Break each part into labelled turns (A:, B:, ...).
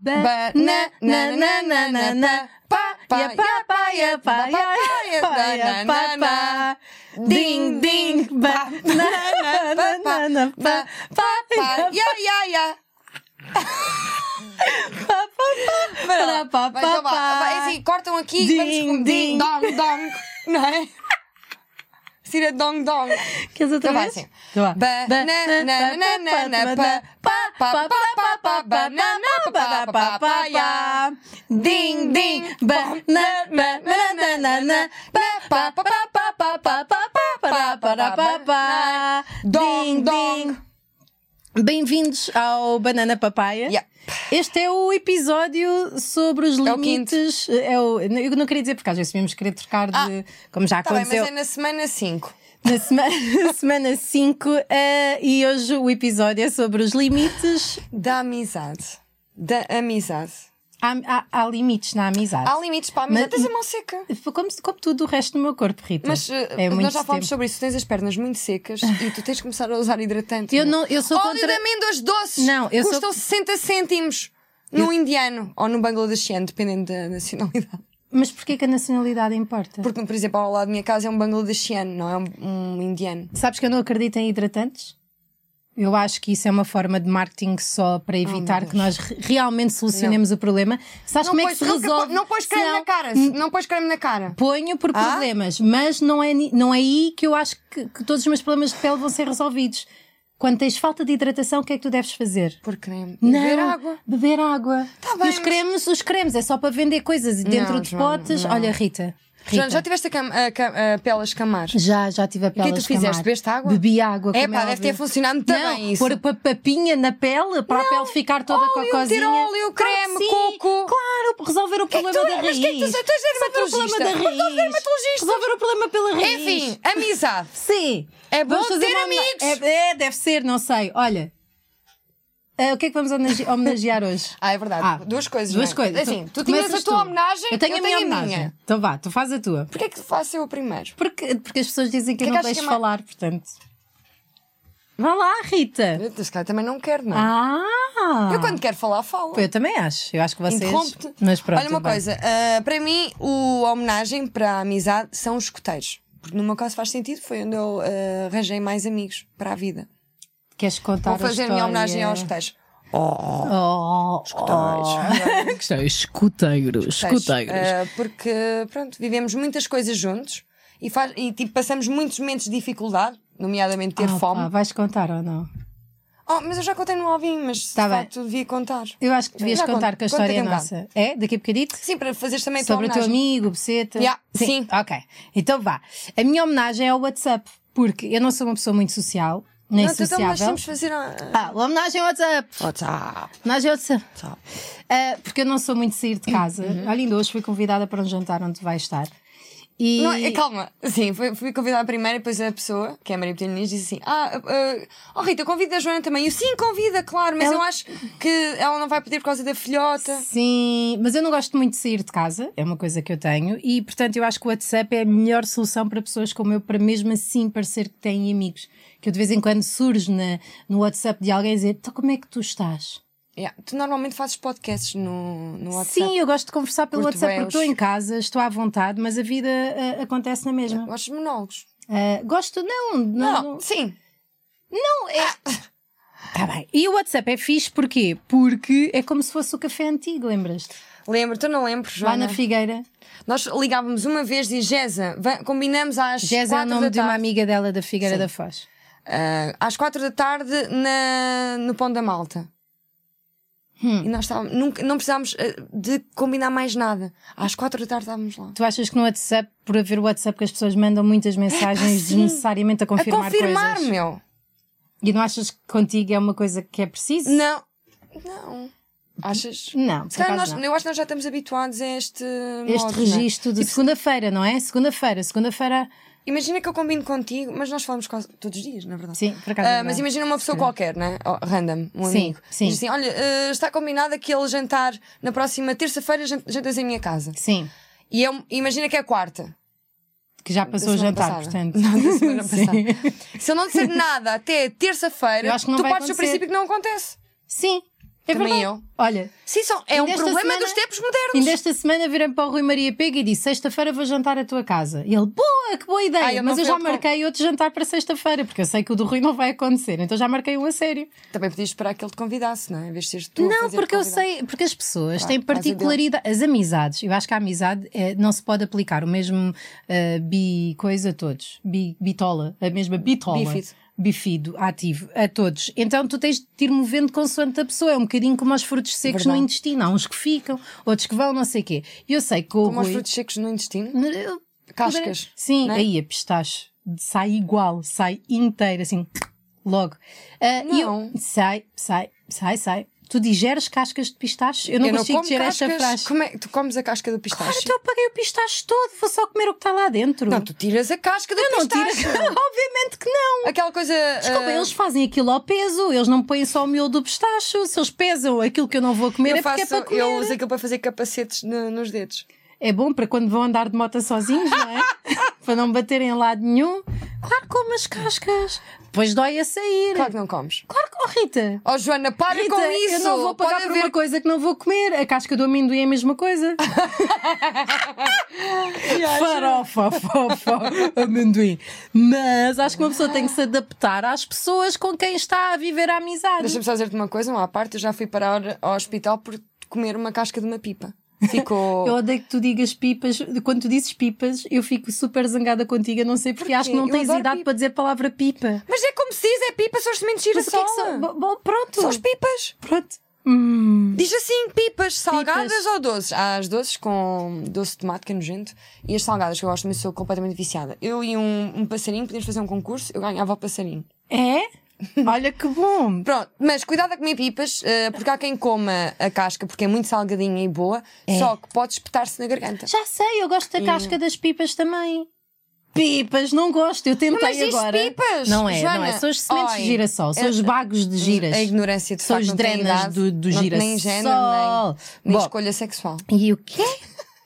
A: Ba na na na na na na pa ya pa pa ya pa ya pa ya pa pa ding ding ba na na na na na pa pa ya
B: Pa, ya, ya, ya.
A: pa pa pa
B: Vai
A: para
B: lá.
A: pa
B: Vai,
A: pa
B: então vá. Vai, é
A: pa
B: assim, cortam aqui
A: Ding,
B: vamos com
A: ding.
B: dong, dong. Não é? Tira dong, dong.
A: Queres outra
B: Então vai
A: vez?
B: assim.
A: Então vá.
B: Ba-
A: Ba-
B: na-
A: na-
B: na-
A: na- na-
B: na- na-
A: pa- pa-
B: pa-
A: pa-
B: pa-
A: pa-
B: pa-
A: pa-
B: pa-
A: na- na- pa- pa- pa- pa- ya. Ding, ding, ba- na- na- na- na- na- na. Pa- pa- pa- pa- pa- pa- pa- pa- pa- para- para- pa- pa. Ding,
B: Dong, dong.
A: ding. Bem-vindos ao Banana Papaya.
B: Yeah.
A: Este é o episódio sobre os
B: o
A: limites. É o- eu não queria dizer porque às vezes podemos querer trocar de.
B: Ah.
A: como já
B: Tá bem, mas
A: aconteceu.
B: é na semana 5.
A: Na semana- semana 5 e hoje o episódio é sobre os limites.
B: Da amizade. Da amizade.
A: Há, há- há limites na amizade.
B: Há limites para a amizade.
A: Mas-
B: Tens a mão seca.
A: Como, se- como tudo o resto do meu corpo, Rita.
B: Mas eh,
A: é muito
B: nós já falámos
A: tempo.
B: sobre isso. Tens as pernas muito secas e tu tens de começar a usar hidratante.
A: Eu não- eu sou
B: Óleo
A: contra-
B: de amêndoas doces.
A: Não, eu sou-
B: Custam 60 cêntimos num indiano ou num bangladeshiano, dependendo da nacionalidade.
A: Mas porquê que a nacionalidade importa?
B: Porque, por exemplo, ao lado da minha casa é um bangladeshiano, não é um, um indiano.
A: Sabes que eu não acredito em hidratantes? Eu acho que isso é uma forma de marketing só para evitar que nós re- realmente solucionemos o problema. Sabes
B: Não
A: como é
B: pões-
A: que se é um
B: nunca
A: resolve?
B: põe- não pões creme
A: Não,
B: na cara. Não pões creme na cara.
A: Ponho por
B: Ah?
A: problemas, mas não é, ni- não é aí que eu acho que, que todos os meus problemas de pele vão ser resolvidos. Quando tens falta de hidratação, o que é que tu deves fazer?
B: Por creme.
A: Não,
B: Beber água.
A: Beber água.
B: Tá
A: e
B: bem,
A: os cremes, os cremes, é só para vender coisas dentro
B: Não,
A: de
B: Joana,
A: potes.
B: não.
A: Olha, Rita. Rita.
B: Joana, já tiveste a, cam- a cam- a pele a escamar?
A: Já, já tive a
B: que
A: pele.
B: tu
A: a escamar.
B: fizeste? Bebeste água?
A: Bebi água.
B: É
A: como
B: pá, deve ter
A: óbvio.
B: funcionado muito
A: não,
B: bem isso.
A: Pôr pa- papinha na pele para a pele ficar toda
B: óleo,
A: cocozinha.
B: ter óleo, creme,
A: sim,
B: coco.
A: Claro, resolver o problema
B: tu-
A: da
B: mas
A: raiz.
B: que é que tu- tu és
A: Resolver o problema
B: dermatologista.
A: da
B: Mas
A: raiz.
B: tu és dermatologista.
A: Resolver É assim, o problema pela raiz.
B: Enfim, amizade.
A: Sim.
B: É bom
A: Vamos fazer
B: ter
A: uma homena-
B: amigos.
A: É, é, deve ser, não sei. Olha, ah, o que é que vamos homenage- homenagear hoje?
B: Ah, é verdade.
A: Ah,
B: duas coisas.
A: Duas
B: não é?
A: coisas.
B: Assim, tu, tinhas
A: começas
B: a tua homenagem,
A: Eu tenho a minha homenagem.
B: minha.
A: Então vá, tu faz a tua.
B: Porquê é que faço eu o primeiro?
A: Porque, porque as pessoas dizem que,
B: Que
A: eu
B: é
A: não
B: que achas
A: deixo
B: que é mais-
A: falar, portanto. Vá lá, Rita.
B: Eu, Se calhar também não quero, não. é?
A: Ah!
B: Eu quando quero falar, falo.
A: Eu também acho. Eu acho que vocês.
B: Interrompo-te.
A: Mas pronto.
B: Olha uma
A: vai.
B: coisa, ah, para mim, o, a homenagem para a amizade são os escuteiros. Porque no meu caso faz sentido, foi onde eu ah, arranjei mais amigos para a vida.
A: Queres contar
B: Vou fazer
A: a
B: a
A: história?
B: minha homenagem aos escuteiros.
A: Oh,
B: Escuteiros.
A: oh. Escuteiros.
B: Ah, porque, pronto, vivemos muitas coisas juntos e, faz, e tipo, passamos muitos momentos de dificuldade, nomeadamente ter fome.
A: Ah, vais contar ou não?
B: Oh, mas eu já contei no Alvin, mas
A: Tá
B: de
A: bem.
B: facto devia contar.
A: Eu acho que devias
B: Já
A: contar
B: conto-
A: que a
B: conta
A: história é
B: aqui um
A: nossa. É? Daqui a bocadito?
B: Sim, para fazeres também a tua
A: Sobre o teu
B: homenagem.
A: amigo, Buceta.
B: Yeah, sim.
A: Ok. Então vá. A minha homenagem é ao WhatsApp, porque eu não sou uma pessoa muito social, nem
B: Não, então nós
A: sociável.
B: temos de fazer. a- Oh, tá,
A: Ah, homenagem ao WhatsApp.
B: WhatsApp.
A: Homenagem ao WhatsApp.
B: WhatsApp.
A: Ah, porque eu não sou muito de sair de casa.
B: Uhum.
A: Olha, ainda hoje fui convidada para um jantar onde vai estar. E.
B: Não, é, calma, sim, fui, fui convidada primeiro e depois a pessoa, que é a Maria Petininiz, disse assim: Ah, ah, oh Rita, convida a Joana também. Eu sim, convida, claro, mas
A: Ela-
B: eu acho que ela não vai poder por causa da filhota.
A: Sim, mas eu não gosto muito de sair de casa, é uma coisa que eu tenho, e portanto eu acho que o WhatsApp é a melhor solução para pessoas como eu, para mesmo assim parecer que têm amigos. Que eu de vez em quando surge na, no WhatsApp de alguém e dizer: Então como é que tu estás?
B: Yeah, Tu normalmente fazes podcasts no, no WhatsApp.
A: Sim, eu gosto de conversar pelo
B: Curto
A: WhatsApp
B: bem
A: porque
B: os-
A: estou em casa, estou à vontade, mas a vida ah, acontece na mesma.
B: Gostas de monólogos?
A: Ah, gosto, não, não,
B: É. Não,
A: não-
B: sim.
A: Tá bem. E o WhatsApp é fixe porquê? Porque é como se fosse o café antigo, lembras-te?
B: Lembro, tu não lembro,
A: Lá
B: Joana.
A: na Figueira.
B: Nós ligávamos uma vez e Géza, va- combinamos às
A: Jéssica é o
B: quatro
A: nome
B: da
A: de uma
B: tarde.
A: amiga dela da Figueira da Foz.
B: Ah, às quatro da tarde na, no Pão da Malta.
A: Hum.
B: E nós estávamos, nunca, não precisávamos ah, de combinar mais nada. Às quatro da tarde estávamos lá.
A: Tu achas que no WhatsApp, por haver WhatsApp, que as pessoas mandam muitas mensagens desnecessariamente a confirmar,
B: Ah, a confirmar,
A: coisas?
B: meu.
A: E não achas que contigo é uma coisa que é preciso?
B: Não. Não. Achas?
A: Não, por
B: Se calhar
A: acaso
B: nós,
A: não.
B: eu acho que nós já estamos habituados a este. modo,
A: Este
B: não é?
A: registro de segunda-feira, não é? Segunda-feira, segunda-feira.
B: Imagina que eu combino contigo, mas nós falamos quase todos os dias, na verdade.
A: Sim, por acaso. é
B: Ah, mas
A: verdade.
B: imagina uma pessoa qualquer, né? Oh, Random, um
A: Sim,
B: amigo.
A: sim.
B: Diz assim: olha, ah, está combinado aquele jantar na próxima terça-feira, jan- jantas em minha casa.
A: Sim,
B: E eu, imagina que é quarta.
A: que já
B: Da
A: passou o
B: semana
A: jantar,
B: passada.
A: portanto.
B: Não, da semana
A: Sim.
B: passada. Se eu não disser nada até
A: Eu
B: terça-feira,
A: acho que
B: tu
A: não vai
B: partes do
A: acontecer.
B: princípio que não acontece.
A: Sim. É
B: Também
A: verdade.
B: eu.
A: Olha,
B: Sim, são, é um
A: Ainda esta
B: problema
A: semana-
B: dos tempos modernos.
A: ainda esta semana virei para o Rui Maria Pega e disse: Sexta-feira vou jantar à tua casa. E ele, boa, que boa ideia!
B: Ah, ele não
A: Mas eu
B: foi
A: já
B: ao-
A: marquei outro jantar para sexta-feira, porque eu sei que o do Rui não vai acontecer, então já marquei um a sério.
B: Também podias esperar que ele te convidasse, não é? Em vez de seres tu. a
A: Não,
B: fazer
A: porque eu
B: convidado.
A: sei, porque as pessoas
B: Claro,
A: têm
B: faz ideal.
A: particularidade. As amizades, eu acho que a amizade eh, não se pode aplicar o mesmo eh, bi coisa a todos, bi, bitola, a mesma bitola.
B: Bífido.
A: Bifido, ativo, a todos. Então tu tens de te ir movendo consoante a pessoa. É um bocadinho como os frutos secos no
B: Verdade.
A: intestino. Há uns que ficam, outros que vão, não sei o quê. E eu sei que com
B: Como
A: o
B: aos
A: Rui...
B: frutos secos no intestino.
A: Eu-
B: Cascas,
A: Sim,
B: né?
A: aí a pistache sai igual, sai inteira, assim, logo. Ah, e eu-
B: Não.
A: sai, sai, sai, sai. Tu digeres cascas de pistache? Eu não consigo digerer esta frase.
B: Como é que tu comes a casca do pistache?
A: Claro, então eu paguei o pistache todo, vou só comer o que está lá dentro.
B: Não, tu tiras a casca do
A: Hum. eu não tiro.
B: pistache.
A: Obviamente que não.
B: Aquela coisa.
A: Desculpa,
B: ah,
A: eles fazem aquilo ao peso, eles não põem só o miolo do pistache. Se eles pesam aquilo que eu não vou comer, é
B: Eu,
A: porque
B: faço,
A: é para comer.
B: eu uso aquilo para fazer capacetes no- nos dedos.
A: É bom para quando vão andar de moto sozinhos, não é? para não baterem em lado nenhum. Claro que como as cascas. Depois dói a sair.
B: Claro que não comes.
A: Claro que, oh Rita.
B: Oh, Joana, para
A: Rita,
B: com isso!
A: eu não vou pagar
B: Pode
A: por
B: haver
A: uma coisa que não vou comer. A casca do amendoim é a mesma coisa. Farofa, fofa, amendoim. Mas acho que uma pessoa tem que se adaptar às pessoas com quem está a viver a amizade.
B: Deixa-me só dizer-te uma coisa, uma à parte, eu já fui parar ao hospital por comer uma casca de uma pipa.
A: Eu
B: Ficou.
A: odeio que tu digas pipas. Quando tu dizes pipas, eu fico super zangada contigo. Eu não sei porque
B: Porquê?
A: acho que não
B: Eu
A: tens
B: adoro
A: idade
B: pipa.
A: para dizer a palavra pipa.
B: Mas é como se diz, é pipa, são as sementes de
A: Mas o que é
B: girassol.
A: que são? Bo- bo- Pronto.
B: São as pipas.
A: Pronto. Hum.
B: Diz assim, pipas, salgadas
A: Pipas.
B: ou doces? Há as doces com doce de tomate, que é nojento, e as salgadas, que eu gosto, mas sou completamente viciada. Eu e um, um passarinho, podíamos fazer um concurso, eu ganhava o passarinho.
A: É? Olha que bom.
B: Pronto, mas cuidado a comer pipas, eh, porque há quem coma a casca, porque é muito salgadinha e boa,
A: É.
B: só que pode espetar-se na garganta.
A: Já sei, eu
B: É.
A: gosto da casca das pipas também. Pipas, não gosto, eu tentei
B: Mas diz
A: agora.
B: pipas,
A: Não é, não
B: Joana.
A: é. São as sementes
B: Oi,
A: de girassol, são
B: é-
A: os bagos de giras.
B: A ignorância de
A: São
B: facto
A: os
B: não tem
A: drenas
B: idade,
A: do, do
B: não-
A: girassol.
B: Nem género, nem, nem
A: Bom,
B: escolha sexual.
A: e o quê?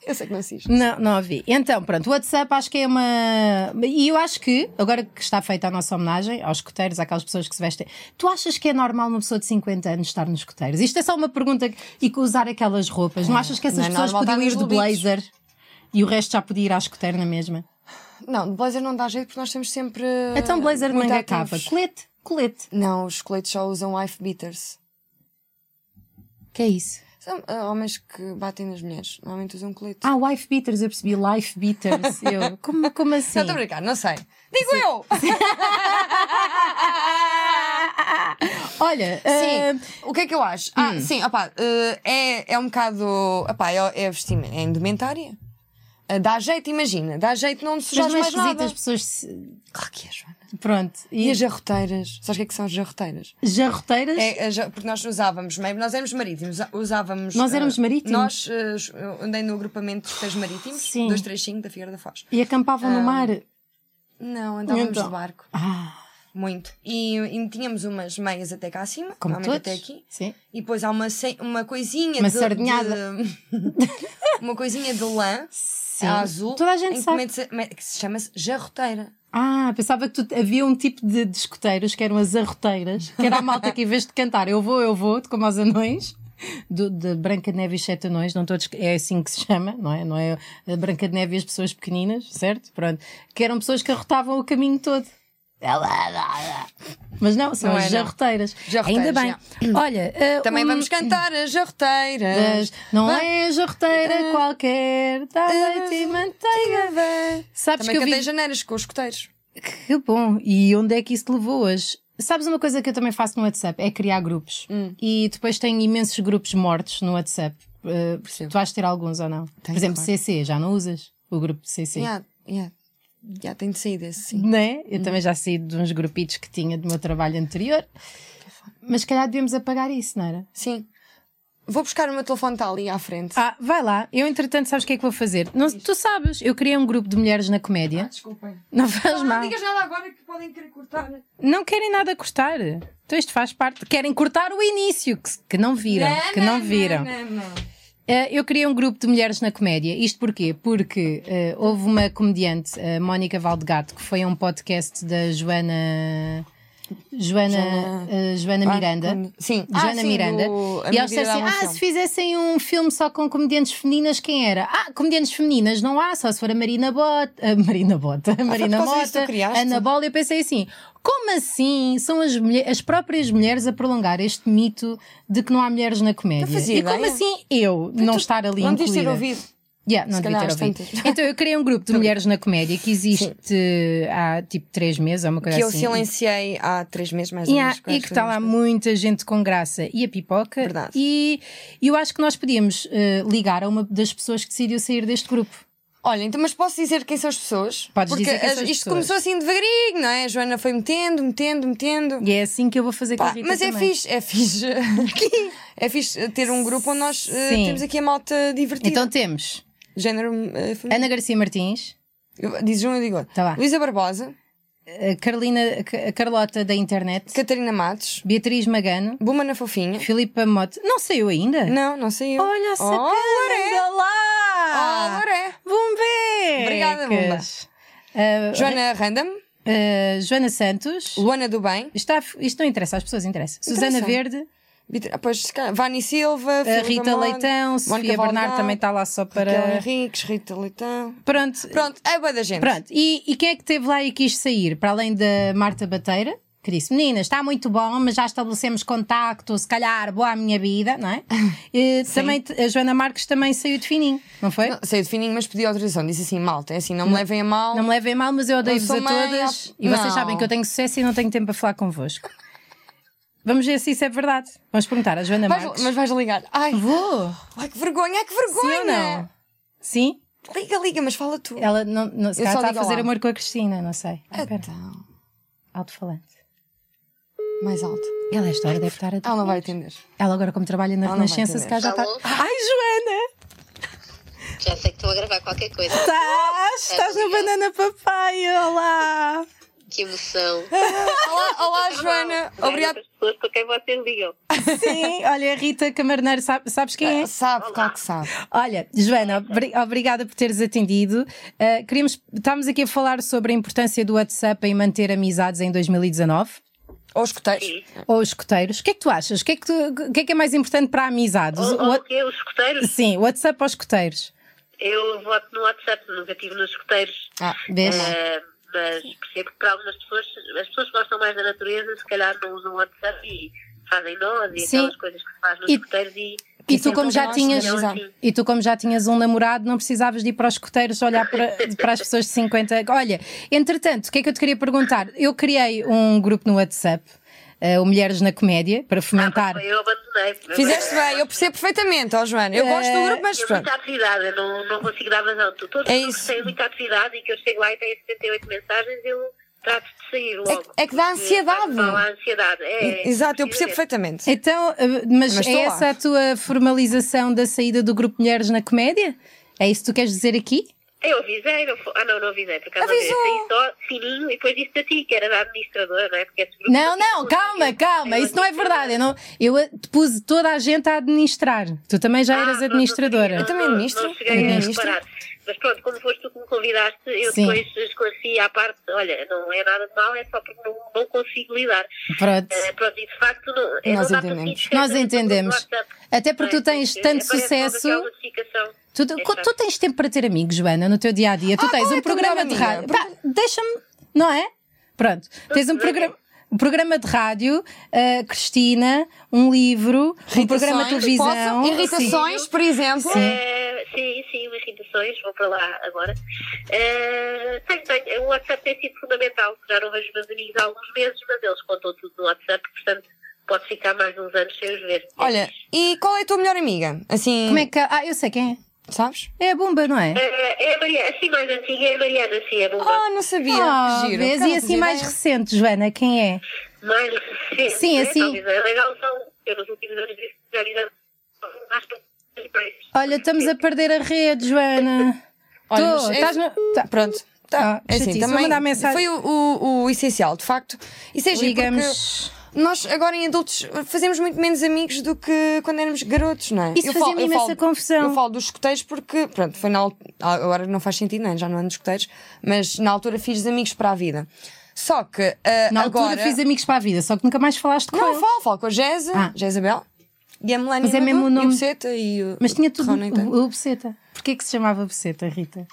B: Eu sei que não existe.
A: Não, não ouvi. Então, pronto, o WhatsApp acho que é uma. E eu acho que, agora que está feita a nossa homenagem aos escuteiros, àquelas pessoas que se vestem. Tu achas que é normal uma pessoa de 50 anos estar nos escuteiros? Isto é só uma pergunta. que- E que usar aquelas roupas? Não achas que essas
B: não é
A: pessoas
B: normal
A: podiam
B: estar
A: ir
B: nos
A: de
B: lobitos.
A: blazer e o resto já podia ir à escuteira na mesma?
B: Não, de blazer não dá jeito porque nós temos sempre. eh,
A: Então, blazer de
B: muito
A: manga
B: ativos.
A: capa. Colete, colete.
B: Não, os coletes só usam wife beaters.
A: Que é isso?
B: São ah, homens que batem nas mulheres. Normalmente usam um colete.
A: Ah, wife beaters, eu percebi. Life beaters. Eu, como, como assim?
B: não estou a brincar, não sei. Digo eu!
A: Olha, ah,
B: Sim, o que é que eu acho?
A: hum.
B: Ah, sim, opá, eh, é, é um bocado. Opá, é, é vestimenta, é indumentária. Ah, dá jeito, imagina, dá jeito, não te
A: mas
B: sujas
A: não é
B: mais
A: esquisito
B: nada.
A: as pessoas. se-
B: Claro que é, Joana.
A: Pronto.
B: E
A: E,
B: as jarroteiras? Sabes o que é que são as jarroteiras?
A: jarroteiras?
B: É, as ja- porque nós usávamos, meio- nós éramos marítimos, usa- usávamos.
A: Nós éramos
B: eh,
A: marítimos?
B: Nós eh, eu andei no agrupamento dos três marítimos,
A: Sim.
B: dos três cinco da Figueira da Foz.
A: E acampavam no mar.
B: Não, andávamos
A: Então.
B: de barco,
A: Ah,
B: muito. E, e tínhamos umas meias até cá acima,
A: como
B: normalmente
A: todos.
B: até aqui. É
A: Sim.
B: E depois há uma, ce- uma coisinha
A: Uma
B: de.
A: sardinhada.
B: de- uma coisinha de lã
A: Sim.
B: azul.
A: Toda a
B: em
A: gente
B: que
A: sabe.
B: mete-se- me- que se chama-se jarroteira.
A: Ah, pensava que tu- havia um tipo de, de escuteiros que eram as arroteiras, que era a malta que em vez de cantar eu vou, eu vou, de como aos anões. Do, de Branca de Neve e os Sete Anões, não todos, é assim que se chama, não é? Não é a Branca de Neve e as pessoas pequeninas, certo? Pronto. Que eram pessoas que arrotavam o caminho todo. Mas não, são
B: Não é,
A: as
B: não.
A: jarroteiras.
B: Jarroteiras,
A: Ainda bem. Olha, ah,
B: Também
A: um-
B: vamos cantar as jarroteiras.
A: das- Não é jarroteira
B: Ah.
A: qualquer, dá leite e manteiga. Sabes
B: Também
A: que eu
B: cantei
A: vi-
B: janeiras com os escoteiros.
A: Que bom! E onde é que isso te levou hoje? Sabes uma coisa que eu também faço no WhatsApp? É criar grupos.
B: Hum.
A: E depois tenho imensos grupos mortos no WhatsApp. Uh,
B: Percebo.
A: tu vais ter alguns ou não? Por
B: Tenho,
A: exemplo,
B: claro.
A: CC, já não usas? O grupo de CC.
B: Já, já. Já tenho de sair desse, sim.
A: Né? Eu
B: Uhum.
A: também já saí de uns grupitos que tinha do meu trabalho anterior. Mas se calhar devíamos apagar isso, não era?
B: Sim. Vou buscar o meu telefone, está ali à frente.
A: Ah, vai lá. Eu, entretanto, sabes o que é que vou fazer? Não- tu sabes, eu criei um grupo de mulheres na comédia.
B: desculpem.
A: Não faz mal.
B: nada agora que podem querer cortar.
A: Não querem nada cortar. Então isto faz parte. Querem cortar o início, que, que não viram. que não viram. Eh, eu criei um grupo de mulheres na comédia. Isto porquê? Porque eh, houve uma comediante, a Mónica Valdegato, que foi a um podcast da Joana. Joana,
B: Joana-
A: eh, Joana
B: Ah,
A: Miranda.
B: quando- Sim, Ah,
A: Joana
B: sim,
A: Miranda.
B: do- a
A: E
B: minha
A: eles
B: vida
A: disseram
B: dava um
A: assim: ah,
B: filme."
A: se fizessem um filme só com comediantes femininas, quem era? Ah, comediantes femininas não há, só se for a Marina Bota. A Marina Bota, a Marina
B: Ah, por causa disso que
A: Mota,
B: tu criaste?
A: Ana Bola. Eu pensei assim: como assim são as, mulher- as próprias mulheres a prolongar este mito de que não há mulheres na comédia?
B: fazia
A: e como
B: ideia.
A: assim eu não
B: Tu-
A: estar ali
B: Não devias ter
A: incluída?
B: ouvido.
A: Yeah, não
B: Se
A: devia ter
B: calhar
A: ouvido.
B: às tantas.
A: Então eu criei um grupo de mulheres na comédia que existe há tipo três meses, ou uma coisa
B: Que é eu
A: assim.
B: silenciei há três meses mais ou
A: E há-
B: menos.
A: e que está lá muita gente com graça e a pipoca.
B: Verdade.
A: E eu acho que nós podíamos eh, ligar a uma das pessoas que decidiu sair deste grupo.
B: Olha, então, mas posso dizer quem são as pessoas?
A: Podes
B: Porque
A: dizer quem
B: as-
A: são as
B: isto
A: pessoas.
B: começou assim devagarinho, não é? A Joana foi metendo, metendo, metendo.
A: E é assim que eu vou fazer com
B: Pá,
A: a Rita
B: mas é
A: também.
B: fixe, é fixe. é fixe ter um grupo onde nós eh,
A: Sim.
B: temos aqui a malta divertida.
A: Então temos
B: Género. eh, feminino.
A: Ana Garcia Martins,
B: Eu- Dizes um, eu digo outro.
A: Tá lá.
B: Luísa Barbosa,
A: a eh, Carolina, a Carlota da internet,
B: Catarina Matos,
A: Beatriz Magano,
B: Buma na Fofinha.
A: Filipa Mote. Não saiu ainda?
B: Não, não saiu.
A: Olha a sacana!
B: Loré!
A: lá!
B: Oh, Loré!
A: Bumbecas!
B: Obrigada, Bumba.
A: Ah,
B: Joana Random,
A: ah, Joana Santos.
B: Luana do Bem,
A: Isto, há- isto não interessa, às pessoas interessa. Susana Verde,
B: Vit- ah, pois, se calhar, Vani Silva,
A: a
B: Filipe
A: É, Rita
B: Amor,
A: Leitão, Sofia
B: Valdão,
A: Bernardo também está lá só para.
B: Raquel Henriques, Rita Leitão.
A: Pronto. Pronto.
B: Pronto, é boa da gente.
A: E, e quem é que esteve lá e quis sair? Para além da Marta Bateira, que disse: Meninas, está muito bom, mas já estabelecemos contacto, se calhar, boa a minha vida, não é? E também te- a Joana Marques também saiu de fininho, não foi?
B: Não,
A: Não,
B: saiu de fininho, mas pedi autorização. Disse assim, malta, é assim, não me levem a mal.
A: me levem mal, mas eu odeio-vos
B: sou
A: a
B: mãe,
A: todas.
B: há-
A: E vocês
B: Não.
A: sabem que eu tenho sucesso e não tenho tempo para falar convosco. Vamos ver se isso é verdade. Vamos perguntar à Joana
B: Vais-
A: Marques.
B: mas vais ligar. Ai,
A: Vou!
B: ai, que vergonha, ai, que
A: Sim ou
B: vergonha.
A: não? Sim?
B: Liga, liga, mas fala tu.
A: Ela não, não se
B: Eu
A: calhar
B: só
A: está a
B: digo
A: fazer
B: lá.
A: amor com a Cristina, não sei. Ah, espera,
B: Então,
A: alto-falante.
B: mais alto.
A: Ela, esta hora deve estar a
B: Ela não vai atender.
A: Ela agora, como trabalha na
B: Ela não vai
A: Renascença, se
B: atender.
A: calhar já está.
C: Alô?
A: Ai, Joana!
C: Já sei que estou a gravar qualquer coisa.
A: Tá. Estás! Estás na banana papai! Olá!
C: Que emoção.
B: Olá, olá Joana.
C: Obrigada
B: Obrigado.
C: às pessoas para quem vocês ligam.
A: Sim, olha, a Rita Camarneiro, sabe- sabes quem é?
B: Sabe, claro que sabe.
A: Olha, Joana, obri- obrigada por teres atendido. Uh, queríamos, estamos aqui a falar sobre a importância do WhatsApp em manter amizades em 2019.
B: Ou escuteiros.
C: Sim.
A: Ou os escuteiros. O que é que tu achas? O que é que, tu- o que, é, que é mais importante para a amizade? Os-
C: Ou,
A: o-
C: ou o quê? Os escuteiros?
A: Sim, WhatsApp aos escuteiros.
C: Eu voto no WhatsApp, nunca tive nos escuteiros.
B: Ah,
A: Vês?
C: Ah, mas percebo que para algumas pessoas, as pessoas que gostam mais da natureza, se calhar não usam o WhatsApp e fazem nós e
A: Sim.
C: aquelas coisas que se faz nos
A: E-
C: escuteiros e.
A: E tu,
C: é
A: como já
B: Nós
A: tinhas,
B: também
C: usamos.
A: e tu, como já tinhas um namorado, não precisavas de ir para os escuteiros olhar para, para as pessoas de 50. Olha, entretanto, o que é que eu te queria perguntar? Eu criei um grupo no WhatsApp, eh, o Mulheres na Comédia, para fomentar.
C: Eu abandonei.
B: Fizeste bem, eu percebo perfeitamente, ó Joana. Eu gosto do grupo, mas
C: Tem
B: pronto.
C: muita atividade, eu não, não consigo dar vazão. Tu- Todos
B: É
C: os
B: isso.
C: que têm muita atividade e que eu chego lá e tenho 78 mensagens, eu trato de sair logo.
B: é que dá
C: Porque
B: ansiedade.
C: Dá uma ansiedade. É,
B: Exato, eu percebo
C: precisamente.
B: perfeitamente.
A: Então, eh, mas,
B: Mas
A: é
B: estou lá.
A: essa a tua formalização da saída do grupo Mulheres na Comédia? É isso que tu queres dizer aqui?
C: Eu avisei, não foi... ah não, não avisei, por acaso avisei.
B: Avisou.
C: Saí só fininho e depois disse a ti que era da administradora, não é? Porque esse grupo
A: Não,
C: tem
A: não,
C: tudo.
A: calma, calma,
C: Eu
A: isso não é verdade. Eu, não, eu a- pus toda a gente a administrar. Tu também já
C: Ah,
A: eras
C: não, não
A: administradora.
C: cheguei, não-
B: também
C: não-
B: administro,
C: Não cheguei
B: administro.
C: a reparar. Mas pronto, como foste tu que me convidaste, eu
A: Sim.
C: depois esclareci à parte, olha, não é nada de mal, é só porque não, não consigo lidar.
A: Pronto.
C: Eh, pronto, e de facto não, eh,
B: Nós
C: não dá para
B: entendemos.
C: mim
A: Nós
C: esquecer do- do
A: entendemos.
C: WhatsApp.
A: Até porque
C: Não é?
A: tu tens tanto
C: aparece logo
A: sucesso.
C: aquela notificação.
A: Tu, tu- tu tens tempo para ter amigos, Joana, no teu dia a dia. Tu
B: Ah,
A: tens
B: qual é
A: um
B: a tua
A: programa
B: melhor
A: de
B: amiga?
A: rádio. Pá, Deixa-me, não é? Pronto. Tens um
C: não é?
A: programa. Um programa de rádio, uh, Cristina, um livro, um programa de
B: Irritações,
A: televisão.
B: posso? Irritações, por exemplo.
C: Eh, sim, sim, umas irritações, vou para lá agora. Eh, tenho, tenho, o WhatsApp tem sido fundamental, já não vejo os meus amigos há alguns meses, mas eles contam tudo no WhatsApp, portanto pode ficar mais uns anos sem os ver.
B: Olha, e qual é a tua melhor amiga? Assim,
A: Como é que. Ah, eu sei quem
B: sabes?
A: é. É a Bumba, não é?
C: Eh, é a Mariana, assim mais antiga, é a Mariana, sim, é bomba.
B: Ah, não sabia.
A: Oh,
B: que giro.
A: vês?
B: Porque eu
A: E
B: não
A: assim
B: fazia
A: mais
B: ideia.
A: recente, Joana, quem é?
C: mais recente.
A: Sim,
C: né?
A: assim.
C: Talvez a legalzão, eu nos últimos anos disse que já lida- acho que-
A: Olha, estamos a perder a rede, Joana.
B: Olha,
A: Tô,
B: mas é-
A: estás no- tá.
B: Pronto. Tá.
A: Ah,
B: é assim,
A: chatice, vou
B: também
A: mandar mensagem.
B: foi o, o- o essencial, de facto. Isso é giro, porque
A: Ligamos.
B: nós agora em adultos fazemos muito menos amigos do que quando éramos garotos, não é?
A: Isso fazia-me imensa confusão.
B: Eu falo dos escuteiros porque, pronto, foi na altura, agora não faz sentido, não é? já não ando nos escuteiros, mas na altura fiz amigos para a vida. Só que ah,
A: Na
B: agora.
A: altura fiz amigos para a vida, só que nunca mais falaste com
B: Não,
A: ele.
B: falo, falo com a Jéssica,
A: é Ah.
B: Jezabel. E a Melania
A: Mas é mesmo
B: Madu,
A: o nome-
B: e o Buceta e o
A: Mas tinha tudo
B: Ron, então.
A: o, o Buceta. Porquê que se chamava Buceta, Rita?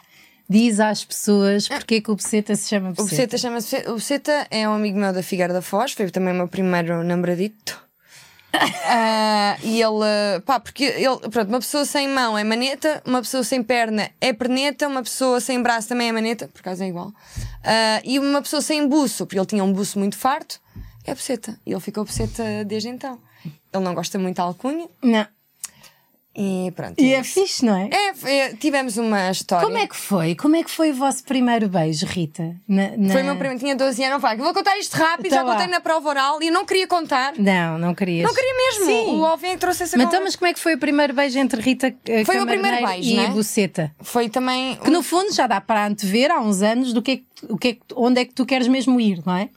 A: Diz às pessoas porquê que o Buceta se chama
B: O
A: Buceta.
B: Buceta chama-se. Buceta. O Buceta é um amigo meu da Figueira da Foz, foi também o meu primeiro namoradito. Ah, e ele, pá, porque ele, pronto, uma pessoa sem mão é maneta, uma pessoa sem perna é perneta, uma pessoa sem braço também é maneta, por acaso é igual, Ah, e uma pessoa sem buço, porque ele tinha um buço muito farto, é buceta. E ele ficou buceta desde então. Ele não gosta muito da alcunha
A: Não.
B: e pronto.
A: E é
B: isso.
A: fixe, não é?
B: É, é, tivemos uma história.
A: Como é que foi? Como é que foi o vosso primeiro beijo, Rita? Na- na-
B: Foi o meu primeiro, tinha 12 anos, vai, vou contar isto rápido,
A: Então
B: já
A: vá.
B: contei na prova oral e eu não queria contar.
A: Não, não querias.
B: Não queria mesmo.
A: Sim.
B: O Alvin é que trouxe essa
A: Mas, então,
B: conversa.
A: mas como é que foi o primeiro beijo entre Rita eh,
B: Foi o meu
A: Camarneiro
B: primeiro beijo,
A: e
B: não é?
A: Buceta?
B: Foi também.
A: Que no fundo já dá para antever há uns anos do que é que tu- o que é que tu- onde é que tu queres mesmo ir, não é?